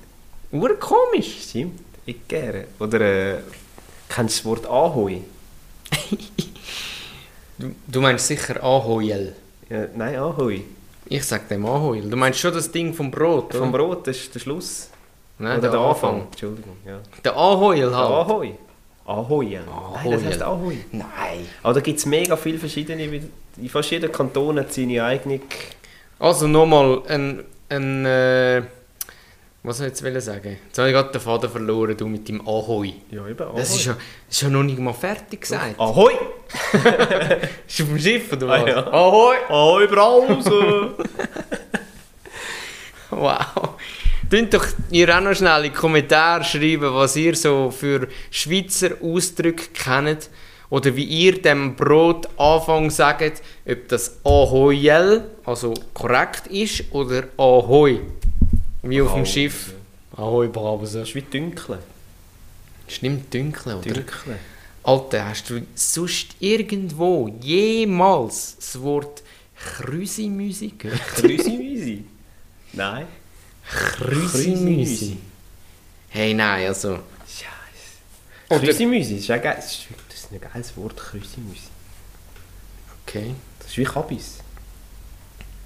[SPEAKER 1] Urkomisch.
[SPEAKER 2] stimmt. Ich gerne. Oder äh, kennst du das Wort Ahoi?
[SPEAKER 1] Du, du meinst sicher Aheuel.
[SPEAKER 2] Ja, nein, Ahoi.
[SPEAKER 1] Ich sag dem Aheuel. Du meinst schon das Ding vom Brot, oder?
[SPEAKER 2] Vom Brot, das ist der Schluss.
[SPEAKER 1] Nein,
[SPEAKER 2] Oder
[SPEAKER 1] der
[SPEAKER 2] der Anfang.
[SPEAKER 1] Anfang.
[SPEAKER 2] Entschuldigung, ja.
[SPEAKER 1] Der Aheuel halt.
[SPEAKER 2] Ahoi. Ahoi. ja. Nein, das
[SPEAKER 1] Ahoi.
[SPEAKER 2] heißt Ahoi.
[SPEAKER 1] Nein.
[SPEAKER 2] Aber da gibt es mega viele verschiedene. weil In fast jedem Kanton hat seine eigene.
[SPEAKER 1] Also nochmal ein. ein äh, was soll ich jetzt wollen sagen? Jetzt habe ich gerade den Faden verloren, du mit dem Ahoi.
[SPEAKER 2] Ja, eben. Ahoi.
[SPEAKER 1] Das ist ja, das ist ja noch nicht mal fertig gesagt.
[SPEAKER 2] Ahoi!
[SPEAKER 1] Ist auf dem Schiff oder
[SPEAKER 2] Ah,
[SPEAKER 1] was?
[SPEAKER 2] ja.
[SPEAKER 1] Ahoi!
[SPEAKER 2] Ahoi, Brause!
[SPEAKER 1] Wow. Tönt doch ihr auch noch schnell in die Kommentare schreiben, was ihr so für Schweizer Ausdrücke kennt oder wie ihr dem Brot Anfang sagt, ob das Ahoyel, also korrekt ist, oder Ahoi. Wie auf dem
[SPEAKER 2] Ahoi.
[SPEAKER 1] Schiff. Ahoi, Babse.
[SPEAKER 2] Das ist wie Dünkeln.
[SPEAKER 1] Stimmt, dunkel, oder?
[SPEAKER 2] Dünkeln.
[SPEAKER 1] Alter, hast du sonst irgendwo jemals das Wort Krüsimüsi gehört?
[SPEAKER 2] Krüsi-Müsi? Nein.
[SPEAKER 1] Krüsimüsi? Hey, nein, also...
[SPEAKER 2] Scheiße.
[SPEAKER 1] Oder-
[SPEAKER 2] Krüsi-Müsi ist auch geil. Das ist das ist ein geiles Wort, Krüsi-Müsi.
[SPEAKER 1] Okay.
[SPEAKER 2] Das ist wie Kabis.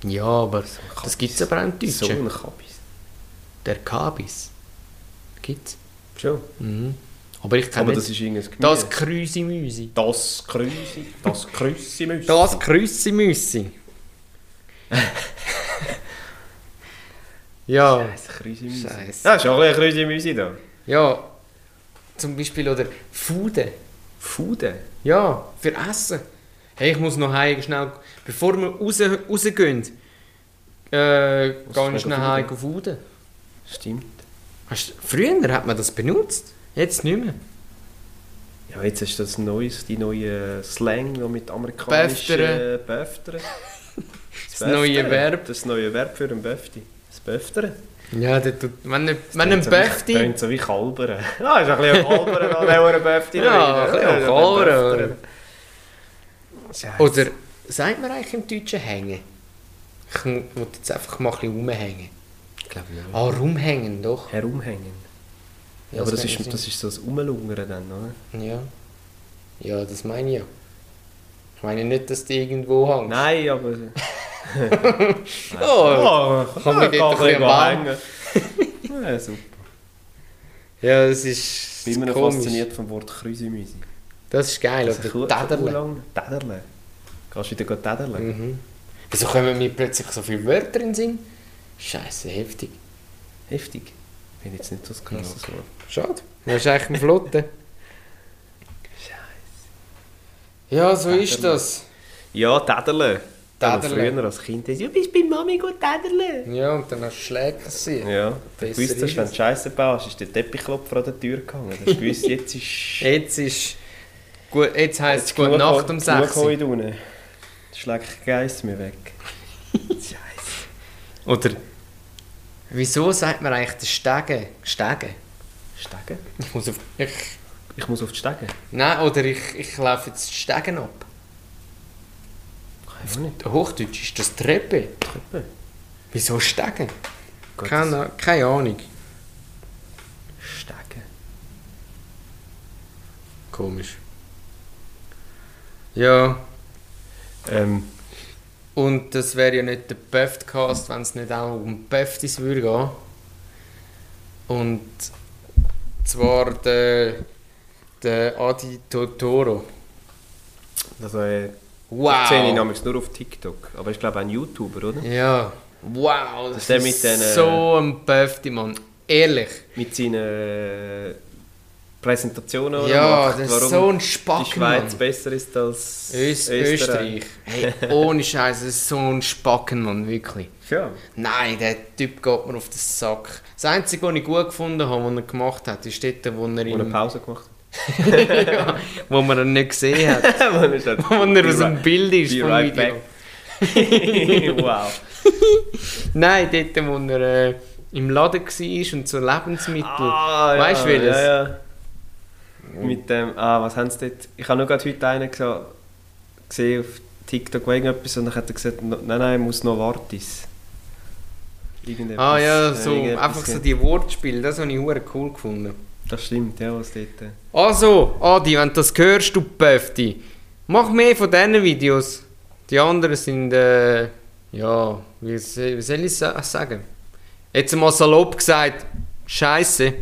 [SPEAKER 1] Ja, aber
[SPEAKER 2] Kabis.
[SPEAKER 1] das gibt es aber auch im
[SPEAKER 2] So
[SPEAKER 1] Deutschen.
[SPEAKER 2] ein Kabis.
[SPEAKER 1] Der Kabis. Gibt's?
[SPEAKER 2] Schon.
[SPEAKER 1] Mhm. Aber ich kenne
[SPEAKER 2] Aber das
[SPEAKER 1] nicht.
[SPEAKER 2] ist irgendein Gemüse.
[SPEAKER 1] Das Krüsimüsi.
[SPEAKER 2] Das Krüsi, das Krüsi-Müsi.
[SPEAKER 1] Das <laughs> Krüsimüsi. ja.
[SPEAKER 2] Scheiße, Krüsi-Müsi.
[SPEAKER 1] Scheiße.
[SPEAKER 2] Ja, ist auch ein Krüsi-Müsi da.
[SPEAKER 1] Ja. Zum Beispiel, oder Fude.
[SPEAKER 2] Fude.
[SPEAKER 1] Ja, für Essen. Hey, ich muss noch heim schnell. Bevor wir raus, rausgehen, äh, gehe ich
[SPEAKER 2] schnell
[SPEAKER 1] schnell heim auf Fude.
[SPEAKER 2] Stimmt.
[SPEAKER 1] Hast- Früher hat man das benutzt, jetzt nicht mehr.
[SPEAKER 2] Ja, jetzt ist das Neues, die neue Slang noch mit amerikanischen
[SPEAKER 1] Böftere.
[SPEAKER 2] äh, Böftere.
[SPEAKER 1] Das neue Verb.
[SPEAKER 2] Das neue Verb für einen Böfti. Das Böftere.
[SPEAKER 1] Ja, der tut, wenn, er- wenn ein
[SPEAKER 2] Tönt so wie-
[SPEAKER 1] Böfti...
[SPEAKER 2] tönt so wie Kalberen. <laughs> Ja, ist ein bisschen Kalberen an diesem Böfti.
[SPEAKER 1] Ja,
[SPEAKER 2] drin.
[SPEAKER 1] ein bisschen Kalberen.
[SPEAKER 2] Scheiße.
[SPEAKER 1] Oder sagt man eigentlich im Deutschen hängen? Ich mu- muss jetzt einfach mal ein bisschen rumhängen.
[SPEAKER 2] Ich glaube nicht.
[SPEAKER 1] Ah, rumhängen doch.
[SPEAKER 2] Herumhängen.
[SPEAKER 1] Ja,
[SPEAKER 2] Aber das
[SPEAKER 1] kann
[SPEAKER 2] ist,
[SPEAKER 1] sein.
[SPEAKER 2] das ist so das Umlungern dann, oder?
[SPEAKER 1] Ja. ja, das meine ich ja. Ich meine nicht, dass du irgendwo hängst.
[SPEAKER 2] Nein, aber...
[SPEAKER 1] <laughs> Oh,
[SPEAKER 2] oh, <laughs>
[SPEAKER 1] kann man dort ein bisschen am Baum-
[SPEAKER 2] Ja, super.
[SPEAKER 1] Ja, das ist
[SPEAKER 2] bin immer noch
[SPEAKER 1] komisch.
[SPEAKER 2] fasziniert vom Wort Krüsemüse.
[SPEAKER 1] Das ist geil,
[SPEAKER 2] Das ist
[SPEAKER 1] oder?
[SPEAKER 2] cool.
[SPEAKER 1] Täderle.
[SPEAKER 2] Urlang. Täderle. Kannst du wieder gehen täderle?
[SPEAKER 1] Mhm. Wieso kommen mir plötzlich so viele Wörter in den Sinn? Scheiße, heftig.
[SPEAKER 2] Heftig. Finde jetzt nicht so ein krasses Wort.
[SPEAKER 1] Schade. Das ist eigentlich ein Flotte.
[SPEAKER 2] Scheiße.
[SPEAKER 1] Ja, so ist
[SPEAKER 2] Täderle.
[SPEAKER 1] das.
[SPEAKER 2] Ja, täderle. Täderle.
[SPEAKER 1] Täderle.
[SPEAKER 2] Früher als Kind gesagt, du bist bei Mami gut täderle.
[SPEAKER 1] Ja, und dann hast du Schläge kassiert.
[SPEAKER 2] Ja, du
[SPEAKER 1] Besser
[SPEAKER 2] gewusst
[SPEAKER 1] ist
[SPEAKER 2] hast, wenn
[SPEAKER 1] es.
[SPEAKER 2] du Scheiße baust, ist der Teppichklopfer an der Tür gegangen. Du hast gewusst, jetzt ist...
[SPEAKER 1] Jetzt ist... Gut, jetzt heisst es
[SPEAKER 2] Genug-
[SPEAKER 1] Gute Nacht um
[SPEAKER 2] genug
[SPEAKER 1] 6 Uhr.
[SPEAKER 2] Heute unten. Schlägt kein Geist mehr weg. Scheiße.
[SPEAKER 1] Oder... Wieso sagt man eigentlich den Stegen? Stegen?
[SPEAKER 2] Stegen?
[SPEAKER 1] Ich muss auf... Ich,
[SPEAKER 2] Ich muss auf die Stegen.
[SPEAKER 1] nein, oder ich, ich laufe jetzt die Stegen ab.
[SPEAKER 2] Kann ich auch nicht.
[SPEAKER 1] Hochdeutsch ist das Treppe.
[SPEAKER 2] Treppe.
[SPEAKER 1] Wieso Stegen?
[SPEAKER 2] Gott,
[SPEAKER 1] Keine, keine Ahnung.
[SPEAKER 2] das- Stegen.
[SPEAKER 1] Komisch. Ja,
[SPEAKER 2] Ähm,
[SPEAKER 1] und das wäre ja nicht der Böftcast, wenn es nicht auch um Böftis würde gehen. Und zwar der, der Adi Totoro.
[SPEAKER 2] also, äh,
[SPEAKER 1] Wow!
[SPEAKER 2] Das sehe ich nämlich nur auf TikTok. Aber ich glaube auch ein YouTuber, oder?
[SPEAKER 1] Ja, wow! Das
[SPEAKER 2] ist der
[SPEAKER 1] ist
[SPEAKER 2] mit den, äh,
[SPEAKER 1] so ein Böfti, Mann. Ehrlich.
[SPEAKER 2] Mit seinen äh, Präsentationen, die er
[SPEAKER 1] Ja,
[SPEAKER 2] macht,
[SPEAKER 1] das
[SPEAKER 2] warum
[SPEAKER 1] ist so ein
[SPEAKER 2] die
[SPEAKER 1] Spacken,
[SPEAKER 2] Schweiz
[SPEAKER 1] Mann.
[SPEAKER 2] besser ist als
[SPEAKER 1] Ös Österreich. Hey, ohne Scheiß, das ist so ein Spacken, Mann, wirklich.
[SPEAKER 2] Ja.
[SPEAKER 1] Nein, der Typ geht mir auf den Sack. Das Einzige, was ich gut gefunden habe, was er gemacht hat, ist dort, wo er, <laughs>
[SPEAKER 2] Wo er
[SPEAKER 1] ihn,
[SPEAKER 2] Pause gemacht
[SPEAKER 1] ja, wo man ihn nicht gesehen hat. <laughs>
[SPEAKER 2] hat. <laughs> Wo er sagt,
[SPEAKER 1] wo er
[SPEAKER 2] "Be
[SPEAKER 1] aus dem
[SPEAKER 2] <laughs> right-
[SPEAKER 1] Bild ist
[SPEAKER 2] Be
[SPEAKER 1] vom
[SPEAKER 2] right
[SPEAKER 1] Video.
[SPEAKER 2] back. <laughs> wow.
[SPEAKER 1] Nein, dort, wo er äh, im Laden war und so Lebensmittel.
[SPEAKER 2] Ah,
[SPEAKER 1] Weißt du, Oh.
[SPEAKER 2] ja,
[SPEAKER 1] welches?
[SPEAKER 2] Ja, ja. Mit dem, ah, was haben sie dort? Ich habe nur gerade heute einen gesa- gesehen auf TikTok, wo irgendetwas, und dann hat er gesagt, no- nein, nein, muss noch Wartis. Irgendetwas,
[SPEAKER 1] ah ja,
[SPEAKER 2] äh,
[SPEAKER 1] so,
[SPEAKER 2] irgendetwas
[SPEAKER 1] einfach so
[SPEAKER 2] gehabt.
[SPEAKER 1] die Wortspiele, das habe ich hure cool gefunden.
[SPEAKER 2] Das stimmt, ja, was dort... äh,
[SPEAKER 1] <laughs> Also, Adi, wenn du das hörst, du Pöfti, mach mehr von diesen Videos. Die anderen sind, äh, ja, wie, se- wie soll ich sa- sagen? Jetzt mal salopp gesagt, scheiße.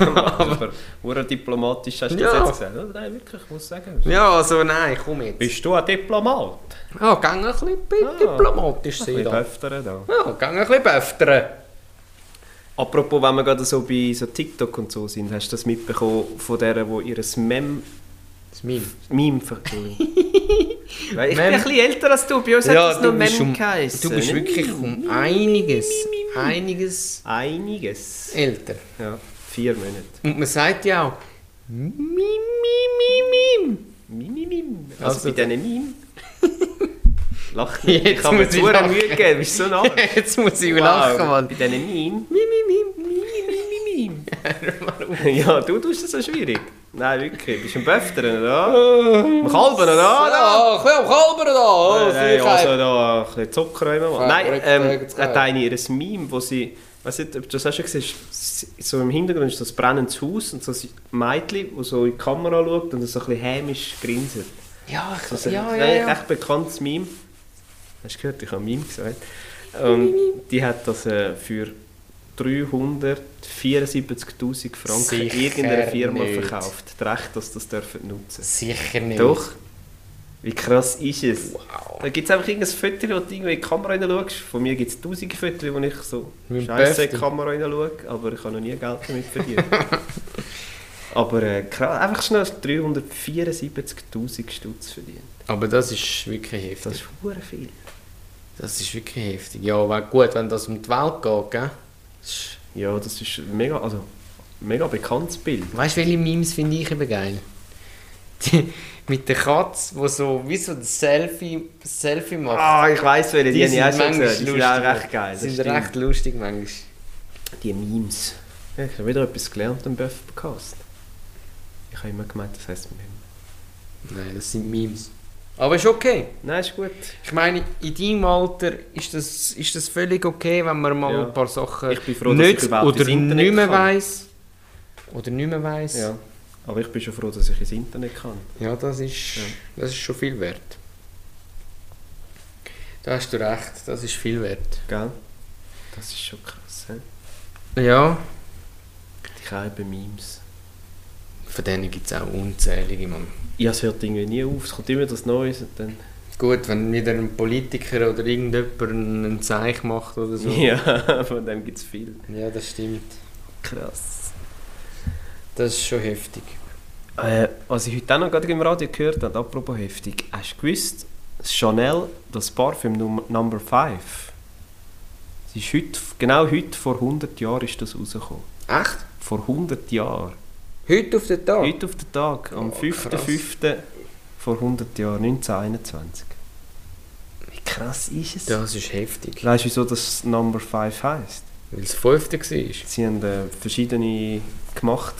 [SPEAKER 2] Aber hure diplomatisch hast du
[SPEAKER 1] Ja.
[SPEAKER 2] das jetzt gesagt. Oh, nein, wirklich, ich muss sagen.
[SPEAKER 1] Ja, also nein, komm jetzt.
[SPEAKER 2] Bist du ein Diplomat?
[SPEAKER 1] Ah, geh ein bisschen
[SPEAKER 2] Ah,
[SPEAKER 1] diplomatisch
[SPEAKER 2] Ein
[SPEAKER 1] sein
[SPEAKER 2] bisschen
[SPEAKER 1] da.
[SPEAKER 2] öfter da.
[SPEAKER 1] Ja, geh ein bisschen böftern.
[SPEAKER 2] Apropos, wenn wir gerade so bei so TikTok und so sind, hast du das mitbekommen von der, die ihr Mem
[SPEAKER 1] Das ist mein.
[SPEAKER 2] Meme verkühlen.
[SPEAKER 1] <laughs>
[SPEAKER 2] Weil ich bin
[SPEAKER 1] Mem.
[SPEAKER 2] ein bisschen älter als du, bei uns hat das nur Mem
[SPEAKER 1] um,
[SPEAKER 2] geheißen.
[SPEAKER 1] du bist wirklich um einiges, einiges
[SPEAKER 2] Einiges.
[SPEAKER 1] älter.
[SPEAKER 2] Ja, vier Monate.
[SPEAKER 1] Und man sagt ja auch, mim, mim, mim, mim.
[SPEAKER 2] Mim, mim, mim. Also,
[SPEAKER 1] Also,
[SPEAKER 2] bei
[SPEAKER 1] <laughs>
[SPEAKER 2] diesen Mim. Lach
[SPEAKER 1] Jetzt
[SPEAKER 2] nicht. ich habe mir
[SPEAKER 1] muss ich
[SPEAKER 2] zu
[SPEAKER 1] lachen.
[SPEAKER 2] Mühe gegeben, bist so nah.
[SPEAKER 1] Jetzt muss <laughs> ich lachen, Mann.
[SPEAKER 2] Bei diesen Mim.
[SPEAKER 1] Mim, mim, mim, mim.
[SPEAKER 2] <laughs> Mim, mim, mim. ja, du tust das so schwierig. Nein, wirklich. Bist du ein Böfteren, oder?
[SPEAKER 1] Oh.
[SPEAKER 2] Am Kalben, oder?
[SPEAKER 1] Ah, komm, kalmer da!
[SPEAKER 2] Nein, nein, also da ein bisschen Zucker reinmachen.
[SPEAKER 1] Frei,
[SPEAKER 2] Nein,
[SPEAKER 1] korrekt,
[SPEAKER 2] ähm,
[SPEAKER 1] korrekt,
[SPEAKER 2] hat
[SPEAKER 1] frei.
[SPEAKER 2] eine ihr Meme, wo sie, weißt du, ob du das hast schon gesehen, hast, so im Hintergrund ist das brennendes Haus und so ein Mädchen, wo so in die Kamera schaut und so ein bisschen hämisch grinset.
[SPEAKER 1] Ja,
[SPEAKER 2] Das ist
[SPEAKER 1] ich,
[SPEAKER 2] ein
[SPEAKER 1] ja, ja,
[SPEAKER 2] recht,
[SPEAKER 1] ja.
[SPEAKER 2] recht bekanntes Meme. Hast du gehört? Ich habe Meme gesagt. Und die hat das äh, für 374'000 Franken
[SPEAKER 1] Sicher
[SPEAKER 2] irgendeiner Firma
[SPEAKER 1] nicht.
[SPEAKER 2] verkauft. Die Recht, dass das dürfen nutzen.
[SPEAKER 1] Sicher nicht.
[SPEAKER 2] Doch. Wie krass ist es?
[SPEAKER 1] Wow.
[SPEAKER 2] Da gibt es einfach irgendein Foto, wo du irgendwie in die Kamera reinschaust. Von mir gibt es tausende Fotos, wo ich so
[SPEAKER 1] Mit dem
[SPEAKER 2] scheiße in die
[SPEAKER 1] Böfti.
[SPEAKER 2] Kamera reinschaue, aber ich habe noch nie Geld damit verdient. <laughs> aber äh, krass, einfach schnell 374'000 Stutz verdient.
[SPEAKER 1] Aber das ist wirklich
[SPEAKER 2] Das
[SPEAKER 1] heftig.
[SPEAKER 2] ist hure viel.
[SPEAKER 1] Das ist wirklich heftig. Ja, aber gut, wenn das um die Welt geht, gell?
[SPEAKER 2] Ja, das ist mega, also mega bekanntes Bild.
[SPEAKER 1] Weißt du, welche Memes finde ich eben geil? Die, mit der Katze, die so wie so ein Selfie, Selfie macht.
[SPEAKER 2] Ah, ich weiss welche, die,
[SPEAKER 1] sind
[SPEAKER 2] habe ich auch schon
[SPEAKER 1] manchmal
[SPEAKER 2] gesehen. Die sind auch
[SPEAKER 1] lustig.
[SPEAKER 2] recht geil. Das
[SPEAKER 1] Die sind
[SPEAKER 2] stimmt.
[SPEAKER 1] recht lustig manchmal.
[SPEAKER 2] Die Memes. Ja, ich habe wieder etwas gelernt am Buff-Podcast. Ich habe immer gemeint, das heisst Meme.
[SPEAKER 1] Nein, das sind Memes. Aber ist okay.
[SPEAKER 2] Nein, ist gut.
[SPEAKER 1] Ich meine, in deinem Alter ist das, ist das völlig okay, wenn man mal
[SPEAKER 2] Ja.
[SPEAKER 1] ein paar Sachen
[SPEAKER 2] Ich bin froh, dass ich
[SPEAKER 1] nicht
[SPEAKER 2] überhaupt
[SPEAKER 1] oder
[SPEAKER 2] ins Internet
[SPEAKER 1] nicht mehr
[SPEAKER 2] kann.
[SPEAKER 1] weiss. Oder nicht mehr weiss. Ja,
[SPEAKER 2] Ja. Aber ich bin schon froh, dass ich ins Internet kann.
[SPEAKER 1] das, ist,
[SPEAKER 2] Ja.
[SPEAKER 1] das ist schon viel wert. Da hast du recht, das ist viel wert.
[SPEAKER 2] Gell? Das ist schon krass. He?
[SPEAKER 1] Ja,
[SPEAKER 2] Die Schreiben-Memes.
[SPEAKER 1] Von denen gibt es auch unzählige, Mann.
[SPEAKER 2] Ja, es hört irgendwie nie auf, es kommt immer das Neues und dann...
[SPEAKER 1] Gut, wenn wieder ein Politiker oder irgendjemand ein Zeichen macht oder
[SPEAKER 2] <laughs>
[SPEAKER 1] so.
[SPEAKER 2] Ja, von dem gibt es viel.
[SPEAKER 1] Ja, das stimmt.
[SPEAKER 2] Krass.
[SPEAKER 1] Das ist schon heftig.
[SPEAKER 2] Äh, was ich heute auch noch gerade im Radio gehört habe, apropos heftig, hast du gewusst, dass Chanel, das Parfüm Num Number 5, es ist heute, genau heute vor 100 Jahren ist das rausgekommen.
[SPEAKER 1] Echt?
[SPEAKER 2] Vor 100 Jahren.
[SPEAKER 1] Heute auf den Tag?
[SPEAKER 2] Heute auf den Tag, am
[SPEAKER 1] Oh,
[SPEAKER 2] 5.5. vor 100 Jahren, 1921. Wie krass ist es?
[SPEAKER 1] Das ist heftig.
[SPEAKER 2] Weißt du, wieso das Number 5 heisst?
[SPEAKER 1] Weil es fünfte war.
[SPEAKER 2] Sie haben äh, verschiedene gemacht,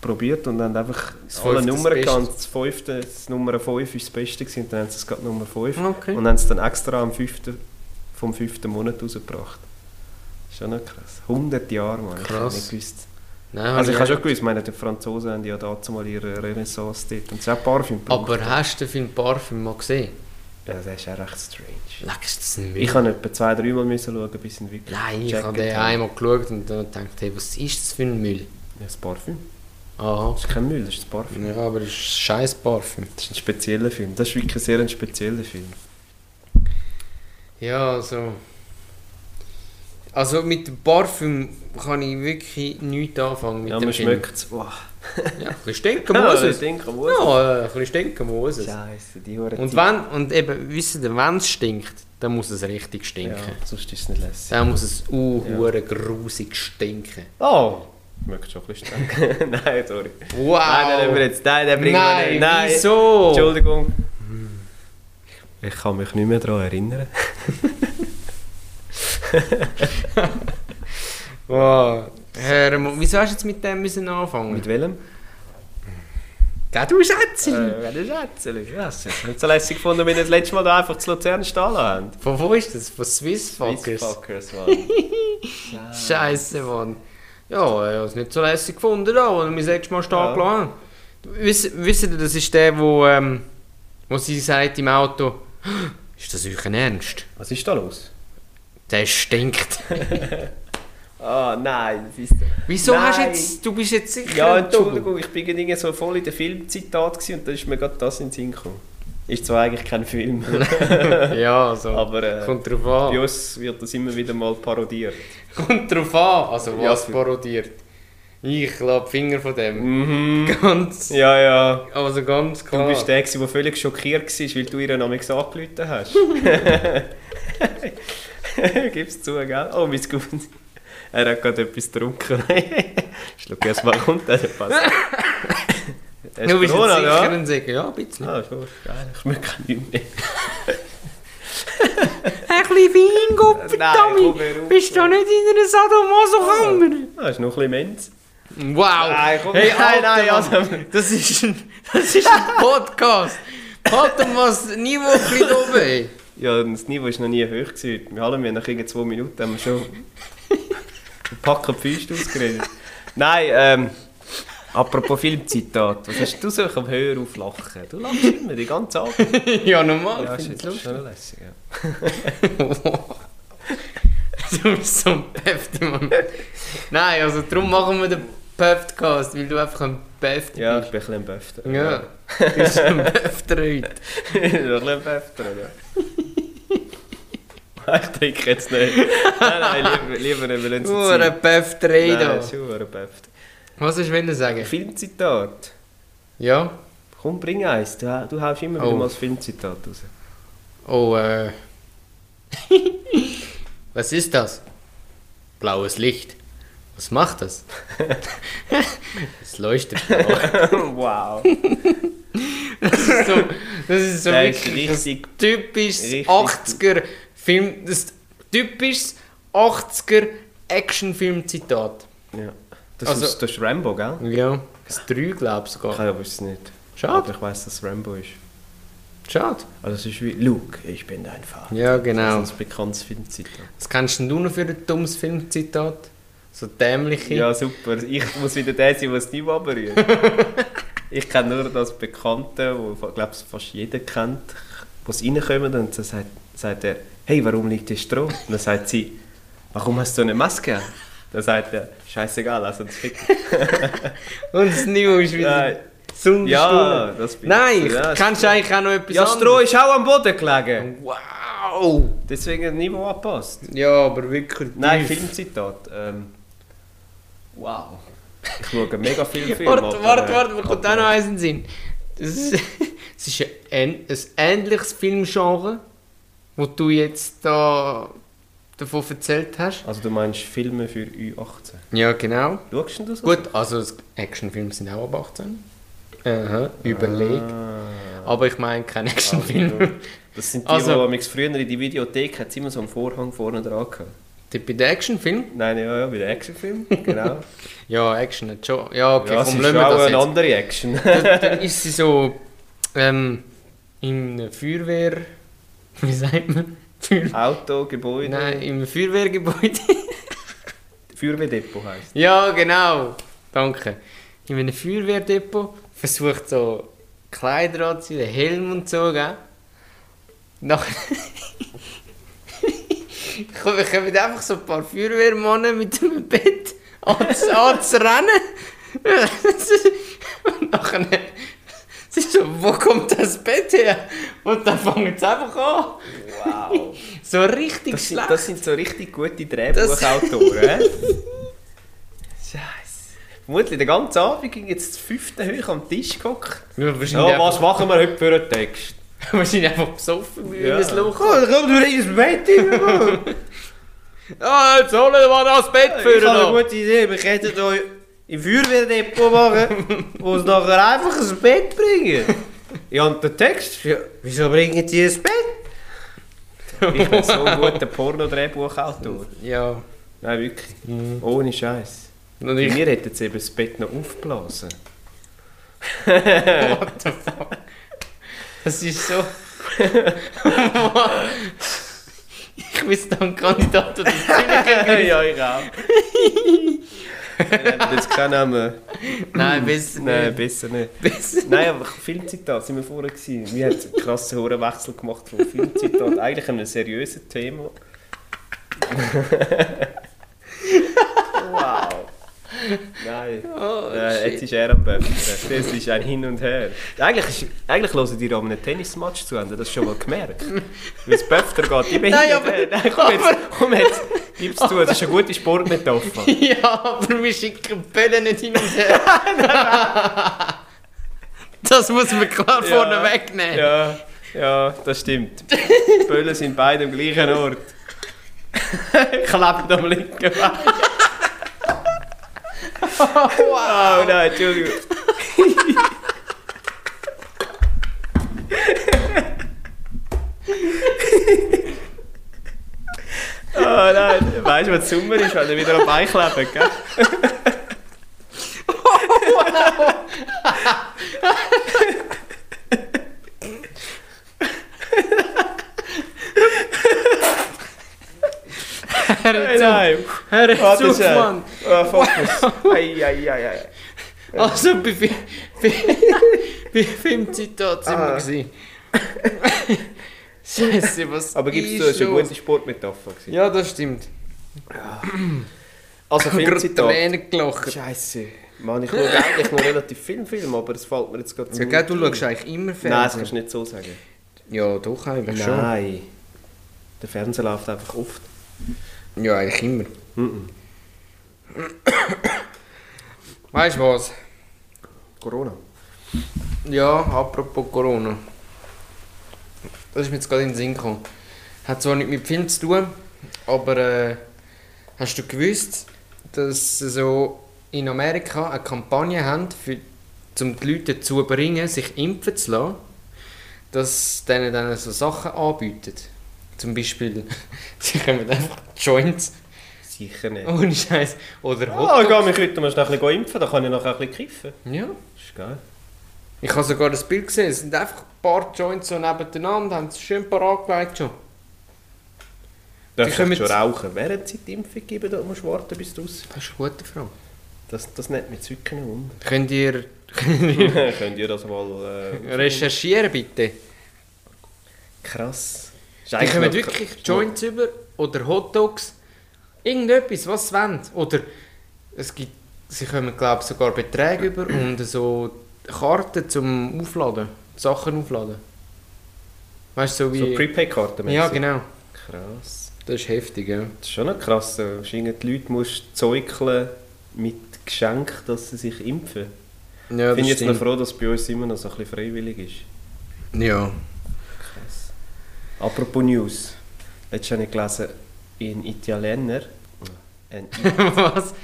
[SPEAKER 2] probiert und haben einfach das volle
[SPEAKER 1] Fünfte das
[SPEAKER 2] Nummer
[SPEAKER 1] Beste.
[SPEAKER 2] gehabt. Das fünfte, das Nummer 5 ist das Beste gewesen, und dann haben sie es gerade Nummer 5.
[SPEAKER 1] Okay.
[SPEAKER 2] Und haben es dann extra am fünften, vom fünften Monat rausgebracht. Ist schon noch krass. 100 Jahre, Mann. Ich hab
[SPEAKER 1] Krass.
[SPEAKER 2] nicht gewusst.
[SPEAKER 1] Nein,
[SPEAKER 2] Also ich
[SPEAKER 1] hab
[SPEAKER 2] habe schon gewusst, ich meine, die Franzosen haben ja dazu mal ihre Renaissance dort und es hat Parfüm gebraucht.
[SPEAKER 1] Aber hast du den Film Parfüm mal gesehen?
[SPEAKER 2] Ja, das ist auch recht strange.
[SPEAKER 1] Leckst das ein
[SPEAKER 2] Ich habe etwa zwei, drei Mal müssen schauen, bis in wirklich...
[SPEAKER 1] Nein, ich
[SPEAKER 2] gecheckt
[SPEAKER 1] habe den
[SPEAKER 2] habe.
[SPEAKER 1] einmal geschaut und dann gedacht, hey, was ist das für ein Müll?
[SPEAKER 2] Ja, das Parfüm.
[SPEAKER 1] Aha.
[SPEAKER 2] Das ist kein Müll, das ist ein Parfüm.
[SPEAKER 1] Ja, aber das ist scheiß Parfüm.
[SPEAKER 2] Das ist ein spezieller Film. Das ist wirklich ein sehr ein spezieller Film.
[SPEAKER 1] Ja, also. Also mit dem Parfüm kann ich wirklich nichts anfangen. Mit
[SPEAKER 2] ja,
[SPEAKER 1] dem
[SPEAKER 2] man
[SPEAKER 1] Film.
[SPEAKER 2] schmeckt es. Wow.
[SPEAKER 1] Ja, ein bisschen
[SPEAKER 2] <laughs>
[SPEAKER 1] stinken muss
[SPEAKER 2] also, ich
[SPEAKER 1] es.
[SPEAKER 2] denke, muss es.
[SPEAKER 1] Ja, ein bisschen stinken muss es.
[SPEAKER 2] Scheiße, die Hure
[SPEAKER 1] Und,
[SPEAKER 2] Zeit.
[SPEAKER 1] wenn, und eben, wisst ihr, wenn es stinkt, dann muss es richtig stinken.
[SPEAKER 2] Ja, sonst ist es nicht lässig.
[SPEAKER 1] Dann muss es uh, hure grusig stinken.
[SPEAKER 2] Oh! Schmeckt schon ein bisschen
[SPEAKER 1] <laughs>
[SPEAKER 2] stark. Nein, sorry.
[SPEAKER 1] Wow!
[SPEAKER 2] Nein, den nehmen wir jetzt. Nein, den bringen wir
[SPEAKER 1] Nein,
[SPEAKER 2] nicht. Nein,
[SPEAKER 1] wieso?
[SPEAKER 2] Entschuldigung. Ich kann mich nicht mehr daran erinnern.
[SPEAKER 1] Wow. Hör mal, wieso hast du jetzt mit dem müssen anfangen?
[SPEAKER 2] Mit welchem?
[SPEAKER 1] Geh du Schätzchen!
[SPEAKER 2] Äh, das ist Ätzeli. Ja, das ist nicht so lässig gefunden, wie wir das letzte Mal da einfach zu Luzern stehen lassen.
[SPEAKER 1] Von wo ist das? Von Swiss Fuckers?
[SPEAKER 2] Fuckers, Mann. <laughs>
[SPEAKER 1] Scheiße, Mann. Ja, ich habe es nicht so lässig gefunden, da, wo wir das letzte Mal stark
[SPEAKER 2] Ja.
[SPEAKER 1] ja. Wisst wisst ihr, das ist der, wo, ähm, wo sie sagt im Auto, <gasps> ist das euch ein Ernst?
[SPEAKER 2] Was ist da los?
[SPEAKER 1] Der stinkt.
[SPEAKER 2] <laughs> Ah, nein, das ist
[SPEAKER 1] Wieso hast du
[SPEAKER 2] Nein.
[SPEAKER 1] jetzt, du bist jetzt sicher
[SPEAKER 2] Ja, <laughs>
[SPEAKER 1] ein Double.
[SPEAKER 2] Entschuldigung, ich bin gerade irgendwie so voll in der Filmzitat gewesen und dann ist mir gerade das in den Sinn gekommen. Ist zwar eigentlich kein Film,
[SPEAKER 1] <laughs>
[SPEAKER 2] <laughs>
[SPEAKER 1] Ja, so.
[SPEAKER 2] aber äh,
[SPEAKER 1] Kommt drauf
[SPEAKER 2] bei
[SPEAKER 1] an.
[SPEAKER 2] uns wird das immer wieder mal parodiert.
[SPEAKER 1] Kommt drauf an. Also
[SPEAKER 2] Ja,
[SPEAKER 1] was
[SPEAKER 2] für-
[SPEAKER 1] parodiert. Ich lasse Finger von dem.
[SPEAKER 2] Mhm.
[SPEAKER 1] Ganz,
[SPEAKER 2] Ja, ja.
[SPEAKER 1] also ganz
[SPEAKER 2] Du
[SPEAKER 1] klar.
[SPEAKER 2] bist der, gewesen, der völlig schockiert war, weil du ihr noch nichts angerufen
[SPEAKER 1] <laughs>
[SPEAKER 2] hast. Gib's zu, gell? Oh, mein Gott. Er hat gerade etwas getrunken. Schluck erst mal runter, dann
[SPEAKER 1] <laughs>
[SPEAKER 2] passt es.
[SPEAKER 1] du bist
[SPEAKER 2] Corona,
[SPEAKER 1] jetzt
[SPEAKER 2] ja?
[SPEAKER 1] sicher ein Säger. Ja, ein bisschen.
[SPEAKER 2] Ah, schon. Geil, ich schmecke nicht mehr.
[SPEAKER 1] Ein bisschen Wein, Gott,
[SPEAKER 2] komm,
[SPEAKER 1] verdammt.
[SPEAKER 2] hör auf.
[SPEAKER 1] Bist du nicht in einer Sadomaso-Kammer?
[SPEAKER 2] Ah, ist noch ein bisschen Menz.
[SPEAKER 1] Wow.
[SPEAKER 2] Nein, komm,
[SPEAKER 1] hey,
[SPEAKER 2] nein,
[SPEAKER 1] Alter,
[SPEAKER 2] nein,
[SPEAKER 1] Mann. Das ist ein, das ist
[SPEAKER 2] <laughs>
[SPEAKER 1] ein Podcast. Halt doch mal das Niveau ein bisschen oben. ey.
[SPEAKER 2] Ja, das Niveau war noch nie hoch. Gewesen. Wir haben wir nach irgendwie zwei Minuten haben wir schon <laughs> einen Packen Füße ausgeredet. Nein, ähm, apropos Filmzitat. Was hast du so am Hören auf Lachen? Du lachst immer, die ganze Abend.
[SPEAKER 1] Ja, normal.
[SPEAKER 2] Ja,
[SPEAKER 1] ich
[SPEAKER 2] ist
[SPEAKER 1] find's
[SPEAKER 2] jetzt
[SPEAKER 1] lustig.
[SPEAKER 2] schon lässig. Ja.
[SPEAKER 1] du bist so ein Päfti, Mann. Nein, also darum machen wir den Päftcast, weil du einfach ein Päfti
[SPEAKER 2] ja, ich
[SPEAKER 1] bist.
[SPEAKER 2] bin ein bisschen am Böfter.
[SPEAKER 1] Ja. Du bist ein Päfter heute.
[SPEAKER 2] <laughs> Ich bin ein bisschen am Böfter, oder? <laughs> Ich trinke jetzt nicht. Nein, nein, lieber, lieber nicht. Wir lassen es
[SPEAKER 1] Du ein Päfter
[SPEAKER 2] sein. Nein,
[SPEAKER 1] da.
[SPEAKER 2] das ist schon ein Böfter.
[SPEAKER 1] Was hast du wollen sagen?
[SPEAKER 2] Filmzitat.
[SPEAKER 1] Ja?
[SPEAKER 2] Komm, bring eins. Du, du haust immer wieder
[SPEAKER 1] Oh.
[SPEAKER 2] mal das Filmzitat raus.
[SPEAKER 1] Oh, äh. <laughs> Was ist das? Blaues Licht. Was macht
[SPEAKER 2] <laughs>
[SPEAKER 1] das? <laughs> Es leuchtet blau.
[SPEAKER 2] <laughs> wow.
[SPEAKER 1] Das ist so, das ist so
[SPEAKER 2] Der ist
[SPEAKER 1] wirklich
[SPEAKER 2] richtig-
[SPEAKER 1] ein typisches
[SPEAKER 2] richtig-
[SPEAKER 1] 80er Film, das ist typisches 80er Actionfilm-Zitat.
[SPEAKER 2] Ja. Das,
[SPEAKER 1] Also-
[SPEAKER 2] ist, das ist Rambo, gell?
[SPEAKER 1] Ja, das 3 glaube ich
[SPEAKER 2] Ich
[SPEAKER 1] sogar.
[SPEAKER 2] kann aber es nicht.
[SPEAKER 1] Schade.
[SPEAKER 2] Aber ich weiß, dass es Rambo ist.
[SPEAKER 1] Schade.
[SPEAKER 2] Also es ist wie Luke, ich bin dein Vater.
[SPEAKER 1] Ja, genau.
[SPEAKER 2] Das ist ein bekanntes Filmzitat.
[SPEAKER 1] Was kennst denn du noch für ein dummes Filmzitat? So dämliche.
[SPEAKER 2] Ja, super. Ich muss wieder der sein, der es
[SPEAKER 1] <laughs>
[SPEAKER 2] nicht anberührt. ich kenne nur das Bekannte, wo ich glaube, fast jeder kennt. Wo sie reinkommen und dann sagt, sagt er, hey, warum liegt der Stroh? Und dann sagt sie, warum hast du eine Maske? Dann sagt er, scheißegal, also
[SPEAKER 1] <laughs>
[SPEAKER 2] lass uns ficken.
[SPEAKER 1] Und das Niveau ist wieder
[SPEAKER 2] Nein.
[SPEAKER 1] besonders
[SPEAKER 2] Ja,
[SPEAKER 1] dumm.
[SPEAKER 2] das bin
[SPEAKER 1] Nein, ich,
[SPEAKER 2] Ja,
[SPEAKER 1] kannst du eigentlich auch noch etwas
[SPEAKER 2] ja, Stroh
[SPEAKER 1] anderes?
[SPEAKER 2] ist auch am Boden gelegen.
[SPEAKER 1] Wow!
[SPEAKER 2] Deswegen Niveau angepasst.
[SPEAKER 1] Ja, aber wirklich
[SPEAKER 2] Nein,
[SPEAKER 1] tief.
[SPEAKER 2] Filmzitat. Ähm, wow. Ich schaue mega
[SPEAKER 1] <laughs>
[SPEAKER 2] viel Film.
[SPEAKER 1] Warte,
[SPEAKER 2] aber,
[SPEAKER 1] warte,
[SPEAKER 2] äh,
[SPEAKER 1] warte, mir kommt auch noch
[SPEAKER 2] aber-
[SPEAKER 1] eins in den Sinn. Das ist, <laughs> das ist ein, ein ähnliches Filmgenre, wo du jetzt da davon erzählt hast.
[SPEAKER 2] Also du meinst Filme für U18.
[SPEAKER 1] Ja, genau.
[SPEAKER 2] Schaust du das?
[SPEAKER 1] Gut, also das- Actionfilme sind auch ab 18. Aha, überlegt.
[SPEAKER 2] Ah.
[SPEAKER 1] Aber ich meine kein Actionfilm. <laughs>
[SPEAKER 2] Also, Das sind die,
[SPEAKER 1] Also-
[SPEAKER 2] also, die amigs früher in die Videothek hat's immer so einen Vorhang vorne dran gehabt.
[SPEAKER 1] Die- Bei den Actionfilmen?
[SPEAKER 2] Nein, ja, ja, bei den
[SPEAKER 1] <laughs>
[SPEAKER 2] Actionfilmen, genau.
[SPEAKER 1] Ja, Action hat schon. Ja, okay,
[SPEAKER 2] ja, es
[SPEAKER 1] komm,
[SPEAKER 2] ist
[SPEAKER 1] lassen
[SPEAKER 2] auch
[SPEAKER 1] wir <laughs>
[SPEAKER 2] eine
[SPEAKER 1] das
[SPEAKER 2] andere Action. <laughs>
[SPEAKER 1] jetzt. Dann, dann ist sie so ähm, in einer Feuerwehr... <laughs> Wie sagt man? Feuer
[SPEAKER 2] Auto, Gebäude,
[SPEAKER 1] Nein, im Feuerwehrgebäude. <laughs>
[SPEAKER 2] Feuerwehrdepot heisst
[SPEAKER 1] ja, genau. Danke. In einem Feuerwehrdepot versucht so Kleider anzuziehen, Helm und so, gell? Nach <laughs> Kommen kommen einfach so ein paar Feuerwehrmänner mit dem Bett
[SPEAKER 2] <laughs>
[SPEAKER 1] anz- anzurennen. und nachher... Sie so, wo kommt das Bett her? Und dann fangen sie einfach an.
[SPEAKER 2] Wow.
[SPEAKER 1] So richtig
[SPEAKER 2] Das sind,
[SPEAKER 1] schlecht.
[SPEAKER 2] das sind so richtig gute Drehbuchautoren. hä? Scheiße. Vermutlich den ganzen Abend ging jetzt das fünfte Höch am Tisch gehockt.
[SPEAKER 1] Ja, wahrscheinlich,
[SPEAKER 2] Ja, was
[SPEAKER 1] einfach,
[SPEAKER 2] machen wir heute für einen Text?
[SPEAKER 1] <laughs> wahrscheinlich einfach besoffen wie
[SPEAKER 2] Ja. Oh,
[SPEAKER 1] ein Loch.
[SPEAKER 2] Komm, komm, du redest Bett hin.
[SPEAKER 1] Ah, jetzt holen wir das Bett für
[SPEAKER 2] Ich habe eine
[SPEAKER 1] ihn.
[SPEAKER 2] gute Idee. Wir könnten euch im Feuerwehrdepot machen und nachher einfach ein Bett bringen. Ja, und der Text? Ja, wieso bringen die ein Bett? Ich bin so ein guter Porno-Drehbuchautor.
[SPEAKER 1] Ja.
[SPEAKER 2] Nein, wirklich. Nou, Ohne Scheiß.
[SPEAKER 1] Und
[SPEAKER 2] Wir
[SPEAKER 1] ich,
[SPEAKER 2] hätten jetzt eben das Bett noch aufblasen.
[SPEAKER 1] what the fuck? <laughs> Das ist so... ich bin dann Kandidat oder
[SPEAKER 2] <laughs> <laughs> ja, ich auch. Wir haben jetzt keinen Namen.
[SPEAKER 1] Nein, besser
[SPEAKER 2] Nein,
[SPEAKER 1] nicht.
[SPEAKER 2] besser nicht.
[SPEAKER 1] Besser.
[SPEAKER 2] Nein, aber Filmzitat sind wir vorher gewesen. Wir haben einen krassen Ohrenwechsel gemacht von Filmzitat. Eigentlich einem seriösen Thema. <laughs> wow. Nein.
[SPEAKER 1] <laughs> Oh,
[SPEAKER 2] Nein, jetzt
[SPEAKER 1] shit.
[SPEAKER 2] ist er am Böffern. Das ist ein Hin und Her. Eigentlich, ist, eigentlich hören die an einem Tennismatch zu, haben ihr das schon mal gemerkt? Weil das Böffter geht immer
[SPEAKER 1] Nein,
[SPEAKER 2] hin und
[SPEAKER 1] aber-
[SPEAKER 2] her. Nein, komm
[SPEAKER 1] <laughs> Oh,
[SPEAKER 2] jetzt, komm jetzt, gib's zu, das ist eine gute Sportmetapher.
[SPEAKER 1] Ja, aber wir schicken die Bälle nicht hin und
[SPEAKER 2] <laughs>
[SPEAKER 1] her. <laughs> das muss man klar
[SPEAKER 2] Ja.
[SPEAKER 1] vorne wegnehmen.
[SPEAKER 2] Ja, ja, das stimmt. Die Böllen sind beide am gleichen Ort. <laughs> Klappt am linken Bein. Oh nein, Entschuldigung. <laughs> Oh nein, weißt du, was Sommer ist, wenn er wieder am Bein klebt, gell?
[SPEAKER 1] Hör
[SPEAKER 2] Nein,
[SPEAKER 1] zu,
[SPEAKER 2] nein.
[SPEAKER 1] hör
[SPEAKER 2] Warte
[SPEAKER 1] zu,
[SPEAKER 2] schnell.
[SPEAKER 1] Mann.
[SPEAKER 2] Oh, Fokus. Ei, ei, ei, ei.
[SPEAKER 1] Also bei, Fi- bei, bei Filmzitat sind
[SPEAKER 2] Ah.
[SPEAKER 1] wir gewesen. Scheiße, was
[SPEAKER 2] Aber gibst du,
[SPEAKER 1] ist
[SPEAKER 2] es war eine
[SPEAKER 1] los?
[SPEAKER 2] gute Sportmetapher. gewesen.
[SPEAKER 1] Ja, das stimmt.
[SPEAKER 2] <laughs> Also
[SPEAKER 1] Ich habe gerade
[SPEAKER 2] Filmzitat.
[SPEAKER 1] Tränen gelacht.
[SPEAKER 2] Scheiße. Mann, ich schaue eigentlich noch relativ viel Film, aber es fällt mir jetzt gerade
[SPEAKER 1] Ja, gell, du schaust eigentlich immer
[SPEAKER 2] Fernsehen. Nein, das
[SPEAKER 1] Fernsehen.
[SPEAKER 2] kannst du nicht so sagen.
[SPEAKER 1] ja, doch eigentlich
[SPEAKER 2] Nein. Der Fernseher läuft einfach oft.
[SPEAKER 1] schon. Ja, eigentlich immer.
[SPEAKER 2] Mhm.
[SPEAKER 1] Weißt du was?
[SPEAKER 2] Corona.
[SPEAKER 1] Ja, apropos Corona. Das ist mir jetzt gerade in den Sinn gekommen. Hat zwar nicht mit Film zu tun, aber äh, hast du gewusst, dass sie so in Amerika eine Kampagne haben, für, um die Leute dazu zu bringen, sich impfen zu lassen, dass sie denen dann so Sachen anbieten? Zum Beispiel, <laughs> sie können einfach Joints,
[SPEAKER 2] Sicher nicht. Oh,
[SPEAKER 1] ohne Scheiß, oder
[SPEAKER 2] oh
[SPEAKER 1] Hot
[SPEAKER 2] ich gehe mich heute mal schnell ein bisschen impfen, dann kann ich nachher ein bisschen kiffen.
[SPEAKER 1] Ja.
[SPEAKER 2] Ist geil.
[SPEAKER 1] Ich habe sogar das Bild gesehen, es sind einfach ein paar Joints so nebeneinander, haben sie schön parat gelegt schon.
[SPEAKER 2] Darfst
[SPEAKER 1] können
[SPEAKER 2] du schon
[SPEAKER 1] jetzt-
[SPEAKER 2] rauchen? Während sie die Impfung geben, da musst du warten bis draußen.
[SPEAKER 1] Das ist eine gute Frage.
[SPEAKER 2] Das, das nennt man Zücken um.
[SPEAKER 1] <laughs> Könnt ihr
[SPEAKER 2] <laughs> Könnt ihr das mal... Äh,
[SPEAKER 1] recherchieren bitte?
[SPEAKER 2] Krass. Ist
[SPEAKER 1] Die
[SPEAKER 2] eigentlich
[SPEAKER 1] kommen
[SPEAKER 2] noch-
[SPEAKER 1] wirklich Joints über oder Hot Dogs Irgendetwas, was sie wollen. Oder es gibt, sie kommen glaube ich sogar Beträge über und so Karten zum Aufladen, Sachen aufladen. Weißt du, so wie...
[SPEAKER 2] So Prepaid-Karten
[SPEAKER 1] ja, genau.
[SPEAKER 2] Krass.
[SPEAKER 1] Das ist heftig, ja.
[SPEAKER 2] Das ist schon noch krass. so. Wahrscheinlich die Leute musst zeugeln mit Geschenk, dass sie sich impfen.
[SPEAKER 1] Ja,
[SPEAKER 2] ich bin
[SPEAKER 1] das
[SPEAKER 2] jetzt noch
[SPEAKER 1] stimmt.
[SPEAKER 2] froh, dass es bei uns immer noch so ein bisschen freiwillig ist.
[SPEAKER 1] Ja.
[SPEAKER 2] Krass. Apropos News. Letztes habe ich gelesen, in Italiener. Ein, I-
[SPEAKER 1] <laughs> was?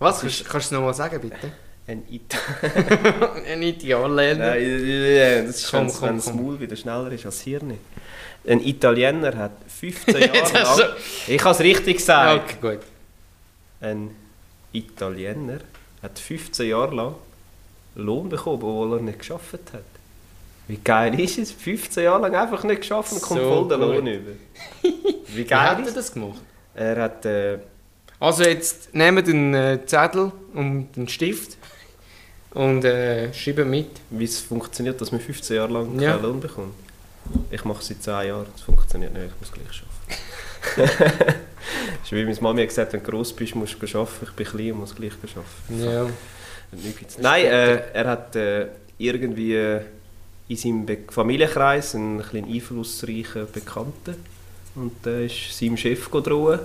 [SPEAKER 1] Was? Kannst, kannst du es nochmal sagen, bitte?
[SPEAKER 2] ein Italiener.
[SPEAKER 1] Ein Idealländer.
[SPEAKER 2] Nein, das ist,
[SPEAKER 1] Komm,
[SPEAKER 2] wenn
[SPEAKER 1] komm,
[SPEAKER 2] das
[SPEAKER 1] komm.
[SPEAKER 2] Maul wieder schneller ist als das Hirn. Ein Italiener hat
[SPEAKER 1] <laughs>
[SPEAKER 2] 15
[SPEAKER 1] Jetzt
[SPEAKER 2] Jahre
[SPEAKER 1] hast du-
[SPEAKER 2] lang. Ich habe es richtig
[SPEAKER 1] Ja,
[SPEAKER 2] gesagt.
[SPEAKER 1] Ah, okay, gut.
[SPEAKER 2] Ein Italiener hat 15 Jahre lang Lohn bekommen, obwohl er nicht geschafft hat. Wie geil ist es? 15 Jahre lang einfach nicht geschafft und kommt
[SPEAKER 1] So
[SPEAKER 2] voll den
[SPEAKER 1] gut.
[SPEAKER 2] Lohn über.
[SPEAKER 1] <laughs>
[SPEAKER 2] Wie
[SPEAKER 1] Wie hat
[SPEAKER 2] geil
[SPEAKER 1] er
[SPEAKER 2] ist
[SPEAKER 1] das gemacht?
[SPEAKER 2] Er hat. Äh,
[SPEAKER 1] Also jetzt nehmt einen äh, Zettel und einen Stift und äh, schreibt mit.
[SPEAKER 2] wie es funktioniert, dass man 15 Jahre lang
[SPEAKER 1] Ja.
[SPEAKER 2] keinen Lohn bekommt. Ich mache es seit 10 Jahren, es funktioniert nicht, ich muss gleich arbeiten. <laughs> das ist wie meine Mami hat gesagt, wenn du gross bist, musst du arbeiten. Ich bin klein und muss gleich arbeiten.
[SPEAKER 1] Ja.
[SPEAKER 2] Nichts gibt's. Nein, äh, er hat äh, irgendwie äh, in seinem Be Familienkreis einen kleinen einflussreichen Bekannten. Und der ist seinem Chef gedroht.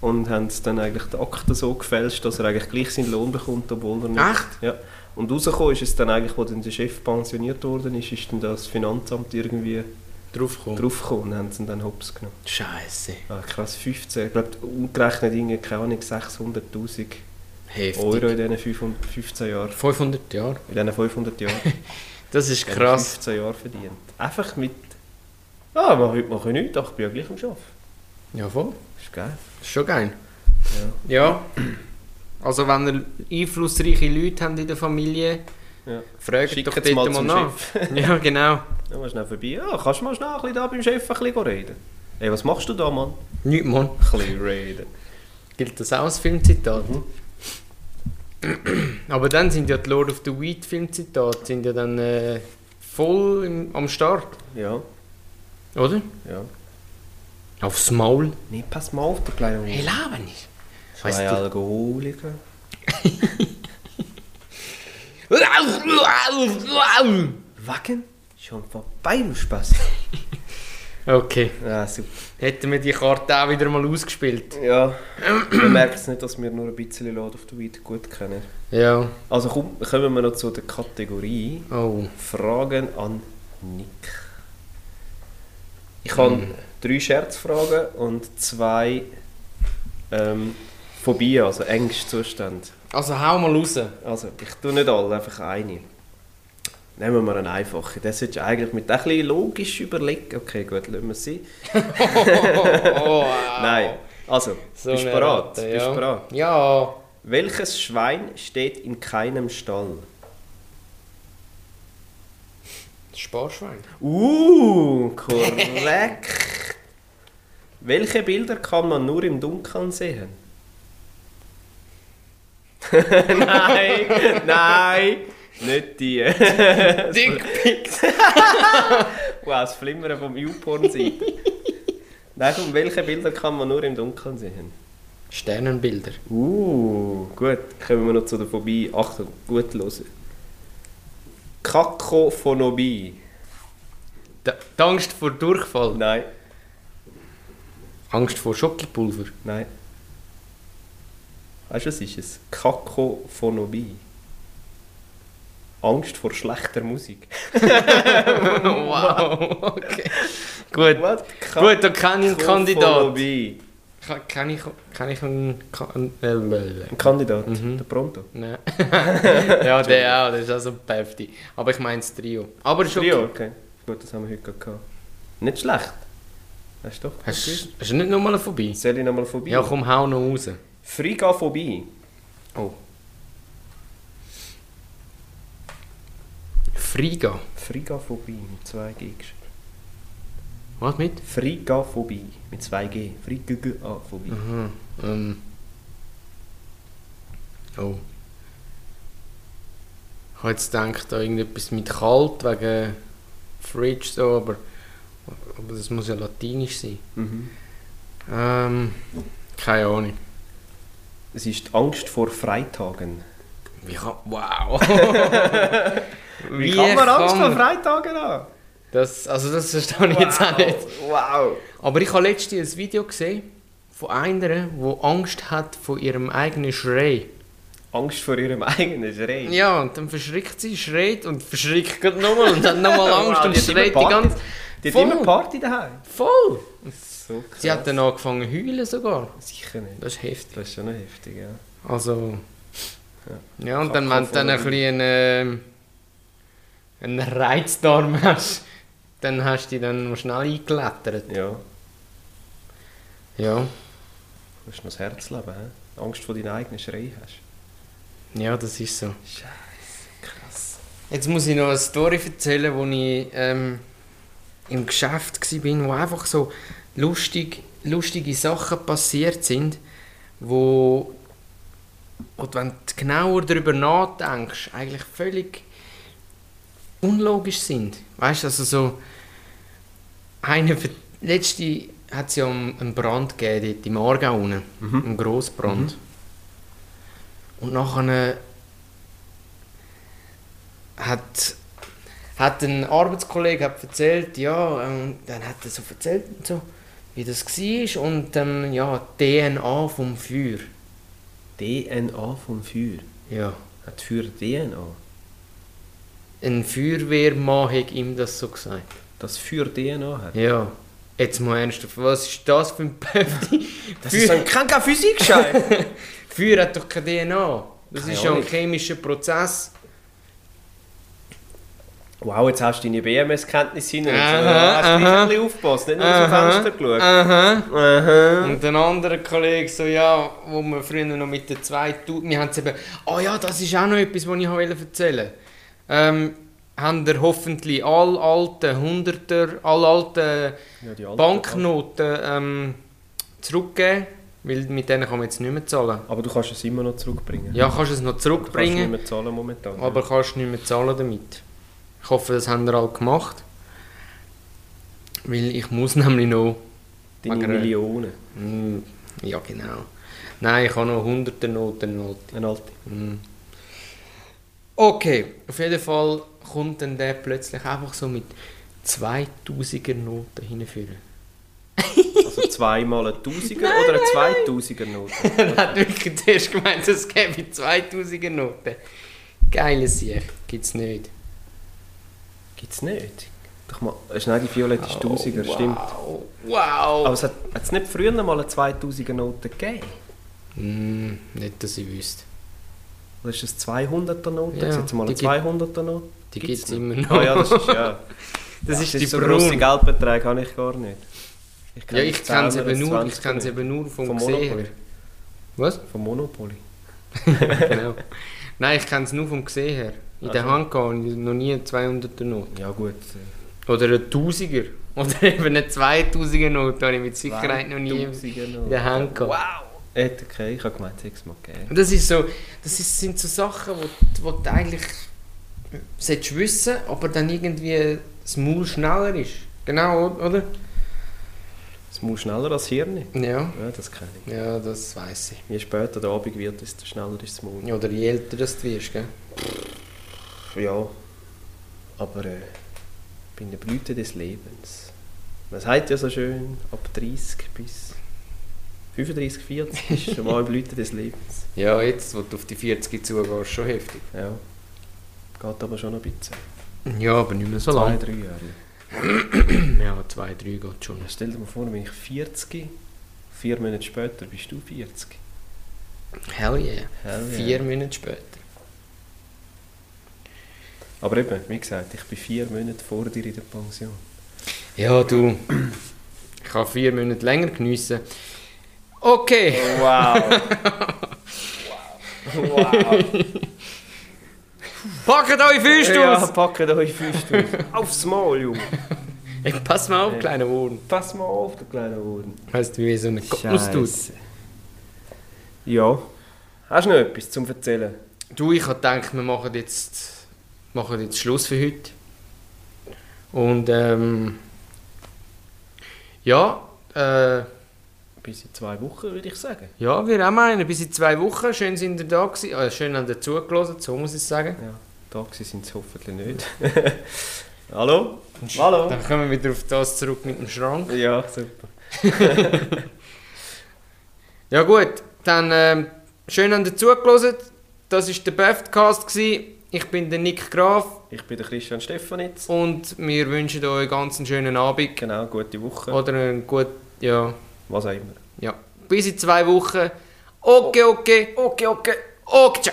[SPEAKER 2] Und haben dann eigentlich die Akten so gefälscht, dass er eigentlich gleich seinen Lohn bekommt, obwohl er nicht
[SPEAKER 1] Echt?
[SPEAKER 2] und rausgekommen ist es dann eigentlich, wo dann der Chef pensioniert worden ist, ist dann das Finanzamt irgendwie
[SPEAKER 1] Draufgekommen.
[SPEAKER 2] draufgekommen und haben sie ihn dann hops genommen.
[SPEAKER 1] Scheiße.
[SPEAKER 2] Ah, krass, 15, ich glaube umgerechnet irgendwie, keine Ahnung, 600'000
[SPEAKER 1] Heftig.
[SPEAKER 2] Euro in diesen 500 15 Jahren,
[SPEAKER 1] 500 Jahre.
[SPEAKER 2] in diesen 500 Jahren.
[SPEAKER 1] Das ist
[SPEAKER 2] In diesen
[SPEAKER 1] krass.
[SPEAKER 2] 15 Jahren verdient. Einfach mit, ah, aber heute mache ich nichts, ach, ich bin ja gleich am Arbeiten.
[SPEAKER 1] Ja, voll.
[SPEAKER 2] Ist geil.
[SPEAKER 1] Ist schon geil.
[SPEAKER 2] Ja.
[SPEAKER 1] Ja. Also wenn ihr einflussreiche Leute habt in der Familie,
[SPEAKER 2] Ja.
[SPEAKER 1] fragt
[SPEAKER 2] Schickt
[SPEAKER 1] doch
[SPEAKER 2] es
[SPEAKER 1] dort
[SPEAKER 2] mal
[SPEAKER 1] mal,
[SPEAKER 2] zum
[SPEAKER 1] nach.
[SPEAKER 2] Chef.
[SPEAKER 1] <laughs> ja, genau.
[SPEAKER 2] Dann mal schnell vorbei. Ja, kannst du mal schnell ein bisschen da beim Chef ein bisschen reden? Ey, was machst du da, Mann?
[SPEAKER 1] Nicht, Mann.
[SPEAKER 2] Ein bisschen reden.
[SPEAKER 1] Gilt das auch als Filmzitat?
[SPEAKER 2] hm.
[SPEAKER 1] Aber dann sind ja die Lord of the Weed Filmzitate sind ja dann äh, voll im, am Start,
[SPEAKER 2] Ja,
[SPEAKER 1] oder?
[SPEAKER 2] ja.
[SPEAKER 1] Aufs Maul.
[SPEAKER 2] Nee, pass mal auf, du kleine
[SPEAKER 1] Hey,
[SPEAKER 2] Hund.
[SPEAKER 1] Laben ist.
[SPEAKER 2] Zwei
[SPEAKER 1] Weißt
[SPEAKER 2] weißt
[SPEAKER 1] du-
[SPEAKER 2] Alkoholiker. Wacken? Schon vorbei, du Spaß.
[SPEAKER 1] Okay,
[SPEAKER 2] <laughs> ja, super.
[SPEAKER 1] hätten wir die Karte auch wieder mal ausgespielt.
[SPEAKER 2] Ja, man merkt es nicht, dass wir nur ein bisschen Lord of the Weed gut kennen.
[SPEAKER 1] Ja,
[SPEAKER 2] Also komm, kommen wir noch zu der Kategorie
[SPEAKER 1] oh.
[SPEAKER 2] Fragen an Nick. Ich habe
[SPEAKER 1] Hm.
[SPEAKER 2] drei Scherzfragen und zwei ähm, Phobien, also Angstzustände.
[SPEAKER 1] Also hau mal <laughs> raus.
[SPEAKER 2] Also, ich tue nicht alle, einfach eine. Nehmen wir eine einfache. Das solltest du eigentlich mit ein bisschen logisch überlegen. Okay, gut, lassen wir sie. Nein. Also,
[SPEAKER 1] Oh, äh, So
[SPEAKER 2] bist du
[SPEAKER 1] eine
[SPEAKER 2] bereit?
[SPEAKER 1] Ratte,
[SPEAKER 2] Bist
[SPEAKER 1] ja.
[SPEAKER 2] du bereit?
[SPEAKER 1] Ja,
[SPEAKER 2] Welches Schwein steht in keinem Stall? <laughs>
[SPEAKER 1] Sparschwein.
[SPEAKER 2] Uh, korrekt. <laughs> Welche Bilder kann man nur im Dunkeln sehen? <laughs> nein, nein, nicht die. <laughs>
[SPEAKER 1] Dickpics.
[SPEAKER 2] Wow, das Flimmern vom YouPorn-Seite. Nein, um welche Bilder kann man nur im Dunkeln sehen?
[SPEAKER 1] <laughs> Sternenbilder.
[SPEAKER 2] Uh, gut. Kommen wir noch zu der Phobie. Achtung, gut hören. Kakophonomie.
[SPEAKER 1] Da, die Angst vor Durchfall.
[SPEAKER 2] Nein,
[SPEAKER 1] Angst vor Schokopulver.
[SPEAKER 2] nein. Weißt du, was ist es? Kakophonomie. Angst vor schlechter Musik.
[SPEAKER 1] <laughs> wow, <laughs> okay. Gut,
[SPEAKER 2] What?
[SPEAKER 1] gut, da kenne ich einen Kandidat.
[SPEAKER 2] Kakophonomie.
[SPEAKER 1] Ka- Kenne ich, kenne ich einen Kandidat?
[SPEAKER 2] Ein Kandidat,
[SPEAKER 1] Mhm.
[SPEAKER 2] der Pronto.
[SPEAKER 1] Nein. <laughs> ja, der auch, der ist auch so päftig. Aber ich meine das Trio. Aber schon.
[SPEAKER 2] Trio, okay. Gut, das haben wir heute gerade gehabt. Nicht schlecht. Hast du doch.
[SPEAKER 1] Hast hast du nicht nochmal eine Phobie?
[SPEAKER 2] Soll ich nochmal vorbei?
[SPEAKER 1] Ja, komm, hau noch raus.
[SPEAKER 2] Frigaphobie.
[SPEAKER 1] Oh. Friga.
[SPEAKER 2] Frigaphobie mit 2G geschrieben.
[SPEAKER 1] Was mit?
[SPEAKER 2] Frigaphobie mit 2G. Frigaphobie.
[SPEAKER 1] Aha. Ähm. Oh. Ich habe jetzt gedacht, da irgendetwas mit kalt wegen Fridge so, aber, aber das muss ja latinisch sein.
[SPEAKER 2] Mhm.
[SPEAKER 1] Ähm. Keine Ahnung.
[SPEAKER 2] Es ist die Angst vor Freitagen.
[SPEAKER 1] Wie kann... <laughs> Wow!
[SPEAKER 2] Wie kann man Angst vor Freitagen haben?
[SPEAKER 1] Das, also das verstehe ich jetzt auch nicht.
[SPEAKER 2] Wow!
[SPEAKER 1] Aber ich habe letztens ein Video gesehen von einer, die Angst hat vor ihrem eigenen Schrei.
[SPEAKER 2] Angst vor ihrem eigenen Schrei.
[SPEAKER 1] Ja, und dann verschrickt sie, schreit und verschrickt gerade nochmal und dann
[SPEAKER 2] <laughs>
[SPEAKER 1] nochmal Angst
[SPEAKER 2] Wow,
[SPEAKER 1] und
[SPEAKER 2] die hat immer
[SPEAKER 1] schreit die
[SPEAKER 2] Party.
[SPEAKER 1] ganze...
[SPEAKER 2] Die hat
[SPEAKER 1] Voll.
[SPEAKER 2] immer Party daheim.
[SPEAKER 1] Voll!
[SPEAKER 2] So krass.
[SPEAKER 1] Sie hat dann angefangen zu heulen sogar.
[SPEAKER 2] Sicher nicht.
[SPEAKER 1] Das ist heftig.
[SPEAKER 2] Das ist schon noch heftig, ja.
[SPEAKER 1] Also... Ja,
[SPEAKER 2] Kann-
[SPEAKER 1] und dann,
[SPEAKER 2] kann
[SPEAKER 1] wenn du dann ein
[SPEAKER 2] voll-
[SPEAKER 1] bisschen ähm, einen Reizdarm <laughs> hast, dann hast du dich dann noch schnell eingeklettert.
[SPEAKER 2] Ja,
[SPEAKER 1] Ja,
[SPEAKER 2] das ist noch das Herzleben. He? Angst vor deinen eigenen Schrei hast.
[SPEAKER 1] ja, das ist so.
[SPEAKER 2] Scheiße, krass.
[SPEAKER 1] Jetzt muss ich noch eine Story erzählen, wo ich ähm, im Geschäft war, wo einfach so lustig, lustige Sachen passiert sind, wo, wo du, wenn du genauer darüber nachdenkst, eigentlich völlig unlogisch sind. Weißt du, also so eine letzte hat es ja einen einen Brand gegeben, dort im Aargau unten,
[SPEAKER 2] Mhm.
[SPEAKER 1] einen Grossbrand. Und nachher äh, hat, hat ein Arbeitskollege hat erzählt, ja, ähm, dann hat er so erzählt und so, wie das war und dann, ja, DNA vom Feuer.
[SPEAKER 2] DNA vom Feuer.
[SPEAKER 1] Ja.
[SPEAKER 2] Hat Feuer DNA?
[SPEAKER 1] Ein Feuerwehrmann hat ihm das so gesagt.
[SPEAKER 2] Das Feuer DNA hat?
[SPEAKER 1] Ja. Jetzt mal ernsthaft, was ist das für ein <laughs> Päfti? Feuer,
[SPEAKER 2] kranker Physikschein.
[SPEAKER 1] <laughs> Feuer hat doch kein DNA. Das
[SPEAKER 2] Keine
[SPEAKER 1] ist ja ein
[SPEAKER 2] Ahnung.
[SPEAKER 1] chemischer Prozess.
[SPEAKER 2] wow, jetzt hast du deine BMS-Kenntnisse hinein.
[SPEAKER 1] Aha,
[SPEAKER 2] Jetzt äh, hast du gleich
[SPEAKER 1] aha.
[SPEAKER 2] ein bisschen aufgepasst, nicht nur aus dem
[SPEAKER 1] Aha,
[SPEAKER 2] Fenster geschaut.
[SPEAKER 1] Aha.
[SPEAKER 2] Aha.
[SPEAKER 1] Und ein anderer Kollege so, ja, wo wir früher noch mit den zwei tut, wir haben eben, oh ja, das ist auch noch etwas, was ich habe erzählen wollte. Ähm, haben ihr hoffentlich alle alten Hunderter, alle alten
[SPEAKER 2] Ja, die alte-
[SPEAKER 1] Banknoten ähm, zurückgegeben, weil mit denen kann man jetzt nicht mehr zahlen.
[SPEAKER 2] Aber du kannst es immer noch zurückbringen.
[SPEAKER 1] Ja, kannst du es noch
[SPEAKER 2] du kannst nicht
[SPEAKER 1] zurückbringen,
[SPEAKER 2] mehr zahlen momentan.
[SPEAKER 1] aber kannst nicht mehr zahlen damit. Ich hoffe, das haben ihr alle gemacht. Weil ich muss <laughs> nämlich noch
[SPEAKER 2] Deine
[SPEAKER 1] Magere.
[SPEAKER 2] Millionen.
[SPEAKER 1] Mm, Ja, genau. Nein, ich habe noch hunderte Noten. halt. alte.
[SPEAKER 2] Eine alte.
[SPEAKER 1] Mm. Okay, auf jeden Fall kommt dann der plötzlich einfach so mit 2000er Noten hinführen. <laughs>
[SPEAKER 2] Also zweimal ein Tausiger oder eine Zweitausiger-Note.
[SPEAKER 1] er hat wirklich zuerst gemeint, es gäbe 2000er Noten. Geiles Sieg, gibt's nicht.
[SPEAKER 2] Gibt es nicht. Doch mal, äh, schnell, die Violette ist Tausiger,
[SPEAKER 1] Oh, wow.
[SPEAKER 2] stimmt. Also
[SPEAKER 1] Wow!
[SPEAKER 2] Aber es hat es nicht früher noch mal eine 2000er-Note gegeben?
[SPEAKER 1] Mm, nicht, dass ich wüsste.
[SPEAKER 2] Oder ist das 200er-Note?
[SPEAKER 1] Ja,
[SPEAKER 2] Ja, jetzt mal eine
[SPEAKER 1] die gibt-
[SPEAKER 2] 200er-Note?
[SPEAKER 1] Die
[SPEAKER 2] Gibt's
[SPEAKER 1] gibt's immer
[SPEAKER 2] nicht?
[SPEAKER 1] noch.
[SPEAKER 2] Ah ja, das ist ja.
[SPEAKER 1] <laughs> Das ist die
[SPEAKER 2] so
[SPEAKER 1] Braun.
[SPEAKER 2] grosse Geldbeträge habe ich gar nicht. kenn
[SPEAKER 1] ja, ich
[SPEAKER 2] die
[SPEAKER 1] kenne es
[SPEAKER 2] 10er,
[SPEAKER 1] eben nur, ich
[SPEAKER 2] 20er
[SPEAKER 1] kenn's
[SPEAKER 2] nicht.
[SPEAKER 1] eben nur vom,
[SPEAKER 2] Vom
[SPEAKER 1] Gesehen. her.
[SPEAKER 2] Monopoly.
[SPEAKER 1] Was?
[SPEAKER 2] Vom Monopoly.
[SPEAKER 1] <laughs> genau. Nein, ich kenne es nur vom Gesehen her. In der
[SPEAKER 2] Also.
[SPEAKER 1] Hand gehabt, ich noch nie eine 200er Note.
[SPEAKER 2] Ja gut. äh,
[SPEAKER 1] Oder eine 1000er. <laughs> Oder eben eine 2000er Note habe ich mit Sicherheit noch nie in der Hand gehabt.
[SPEAKER 2] Wow! Hätte Äh, okay, ich habe gemeint, es hätte es mal gegeben.
[SPEAKER 1] Und das ist so, das ist, sind so Sachen, wo, du- wo du eigentlich solltest wissen, aber dann irgendwie das Maul schneller ist. Genau, oder?
[SPEAKER 2] Es muss schneller als Hirn.
[SPEAKER 1] Ja.
[SPEAKER 2] Ja, das kenne ich.
[SPEAKER 1] Ja, das weiß ich.
[SPEAKER 2] Je später der Abend wird, desto schneller ist das Mund.
[SPEAKER 1] Ja, Oder je älter das du wirst, gell?
[SPEAKER 2] Ja, aber äh, ich bin in der Blüte des Lebens. Man sagt ja so schön, ab 30 bis 35, 40 ist schon
[SPEAKER 1] <laughs>
[SPEAKER 2] mal die Blüte des Lebens.
[SPEAKER 1] Ja, jetzt, wo du auf die 40 zugehst, schon heftig.
[SPEAKER 2] Ja, geht aber schon ein bisschen.
[SPEAKER 1] Ja, aber nicht mehr so
[SPEAKER 2] Zwei,
[SPEAKER 1] lange.
[SPEAKER 2] drei Jahre.
[SPEAKER 1] Ja, zwei, drei geht schon.
[SPEAKER 2] Ja, stell dir mal vor, wenn ich 40, vier Monate später bist du 40.
[SPEAKER 1] Hell yeah.
[SPEAKER 2] Hell yeah.
[SPEAKER 1] Vier Minuten später.
[SPEAKER 2] Aber eben, wie gesagt, ich bin vier Monate vor dir in der Pension.
[SPEAKER 1] Ja, du. Ich kann vier Minuten länger geniessen. Okay.
[SPEAKER 2] Wow! wow!
[SPEAKER 1] Packt euch Füße
[SPEAKER 2] Ja,
[SPEAKER 1] aus!
[SPEAKER 2] packt euch Füße aus. Aufs Maul, Junge!
[SPEAKER 1] Ey, pass mal auf,
[SPEAKER 2] Ja.
[SPEAKER 1] kleiner Wurm.
[SPEAKER 2] Pass mal auf, der kleine Wurden.
[SPEAKER 1] Weißt du, wie so eine Kopfnuss tut?
[SPEAKER 2] Ja. Hast du noch etwas zum Erzählen?
[SPEAKER 1] Du, ich habe gedacht, wir machen jetzt, machen jetzt Schluss für heute. Und ähm. Ja, äh.
[SPEAKER 2] Bis in zwei Wochen, würde ich sagen.
[SPEAKER 1] Ja, wir auch meinen, bis in zwei Wochen. Schön sind ihr da gewesen. Also schön haben ihr zugelassen, so muss ich sagen.
[SPEAKER 2] Ja, da sind sie hoffentlich nicht. <laughs> Hallo?
[SPEAKER 1] Und sch-
[SPEAKER 2] Hallo?
[SPEAKER 1] Dann kommen wir wieder auf das zurück mit dem Schrank.
[SPEAKER 2] Ja, super.
[SPEAKER 1] Ja gut, dann ähm, schön haben ihr zugelassen. Das war der Böftcast. gewesen. Ich bin der Nick Graf
[SPEAKER 2] Ich bin der Christian Stefanitz.
[SPEAKER 1] und wir wünschen euch ganz einen schönen Abend
[SPEAKER 2] Genau, gute Woche.
[SPEAKER 1] oder einen guten... Ja,
[SPEAKER 2] Was auch immer.
[SPEAKER 1] ja. Bis in zwei Wochen. Okay, okay. Okay, okay. Okay. tja.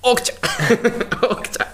[SPEAKER 1] <laughs> Okay. tja. Okay. tja.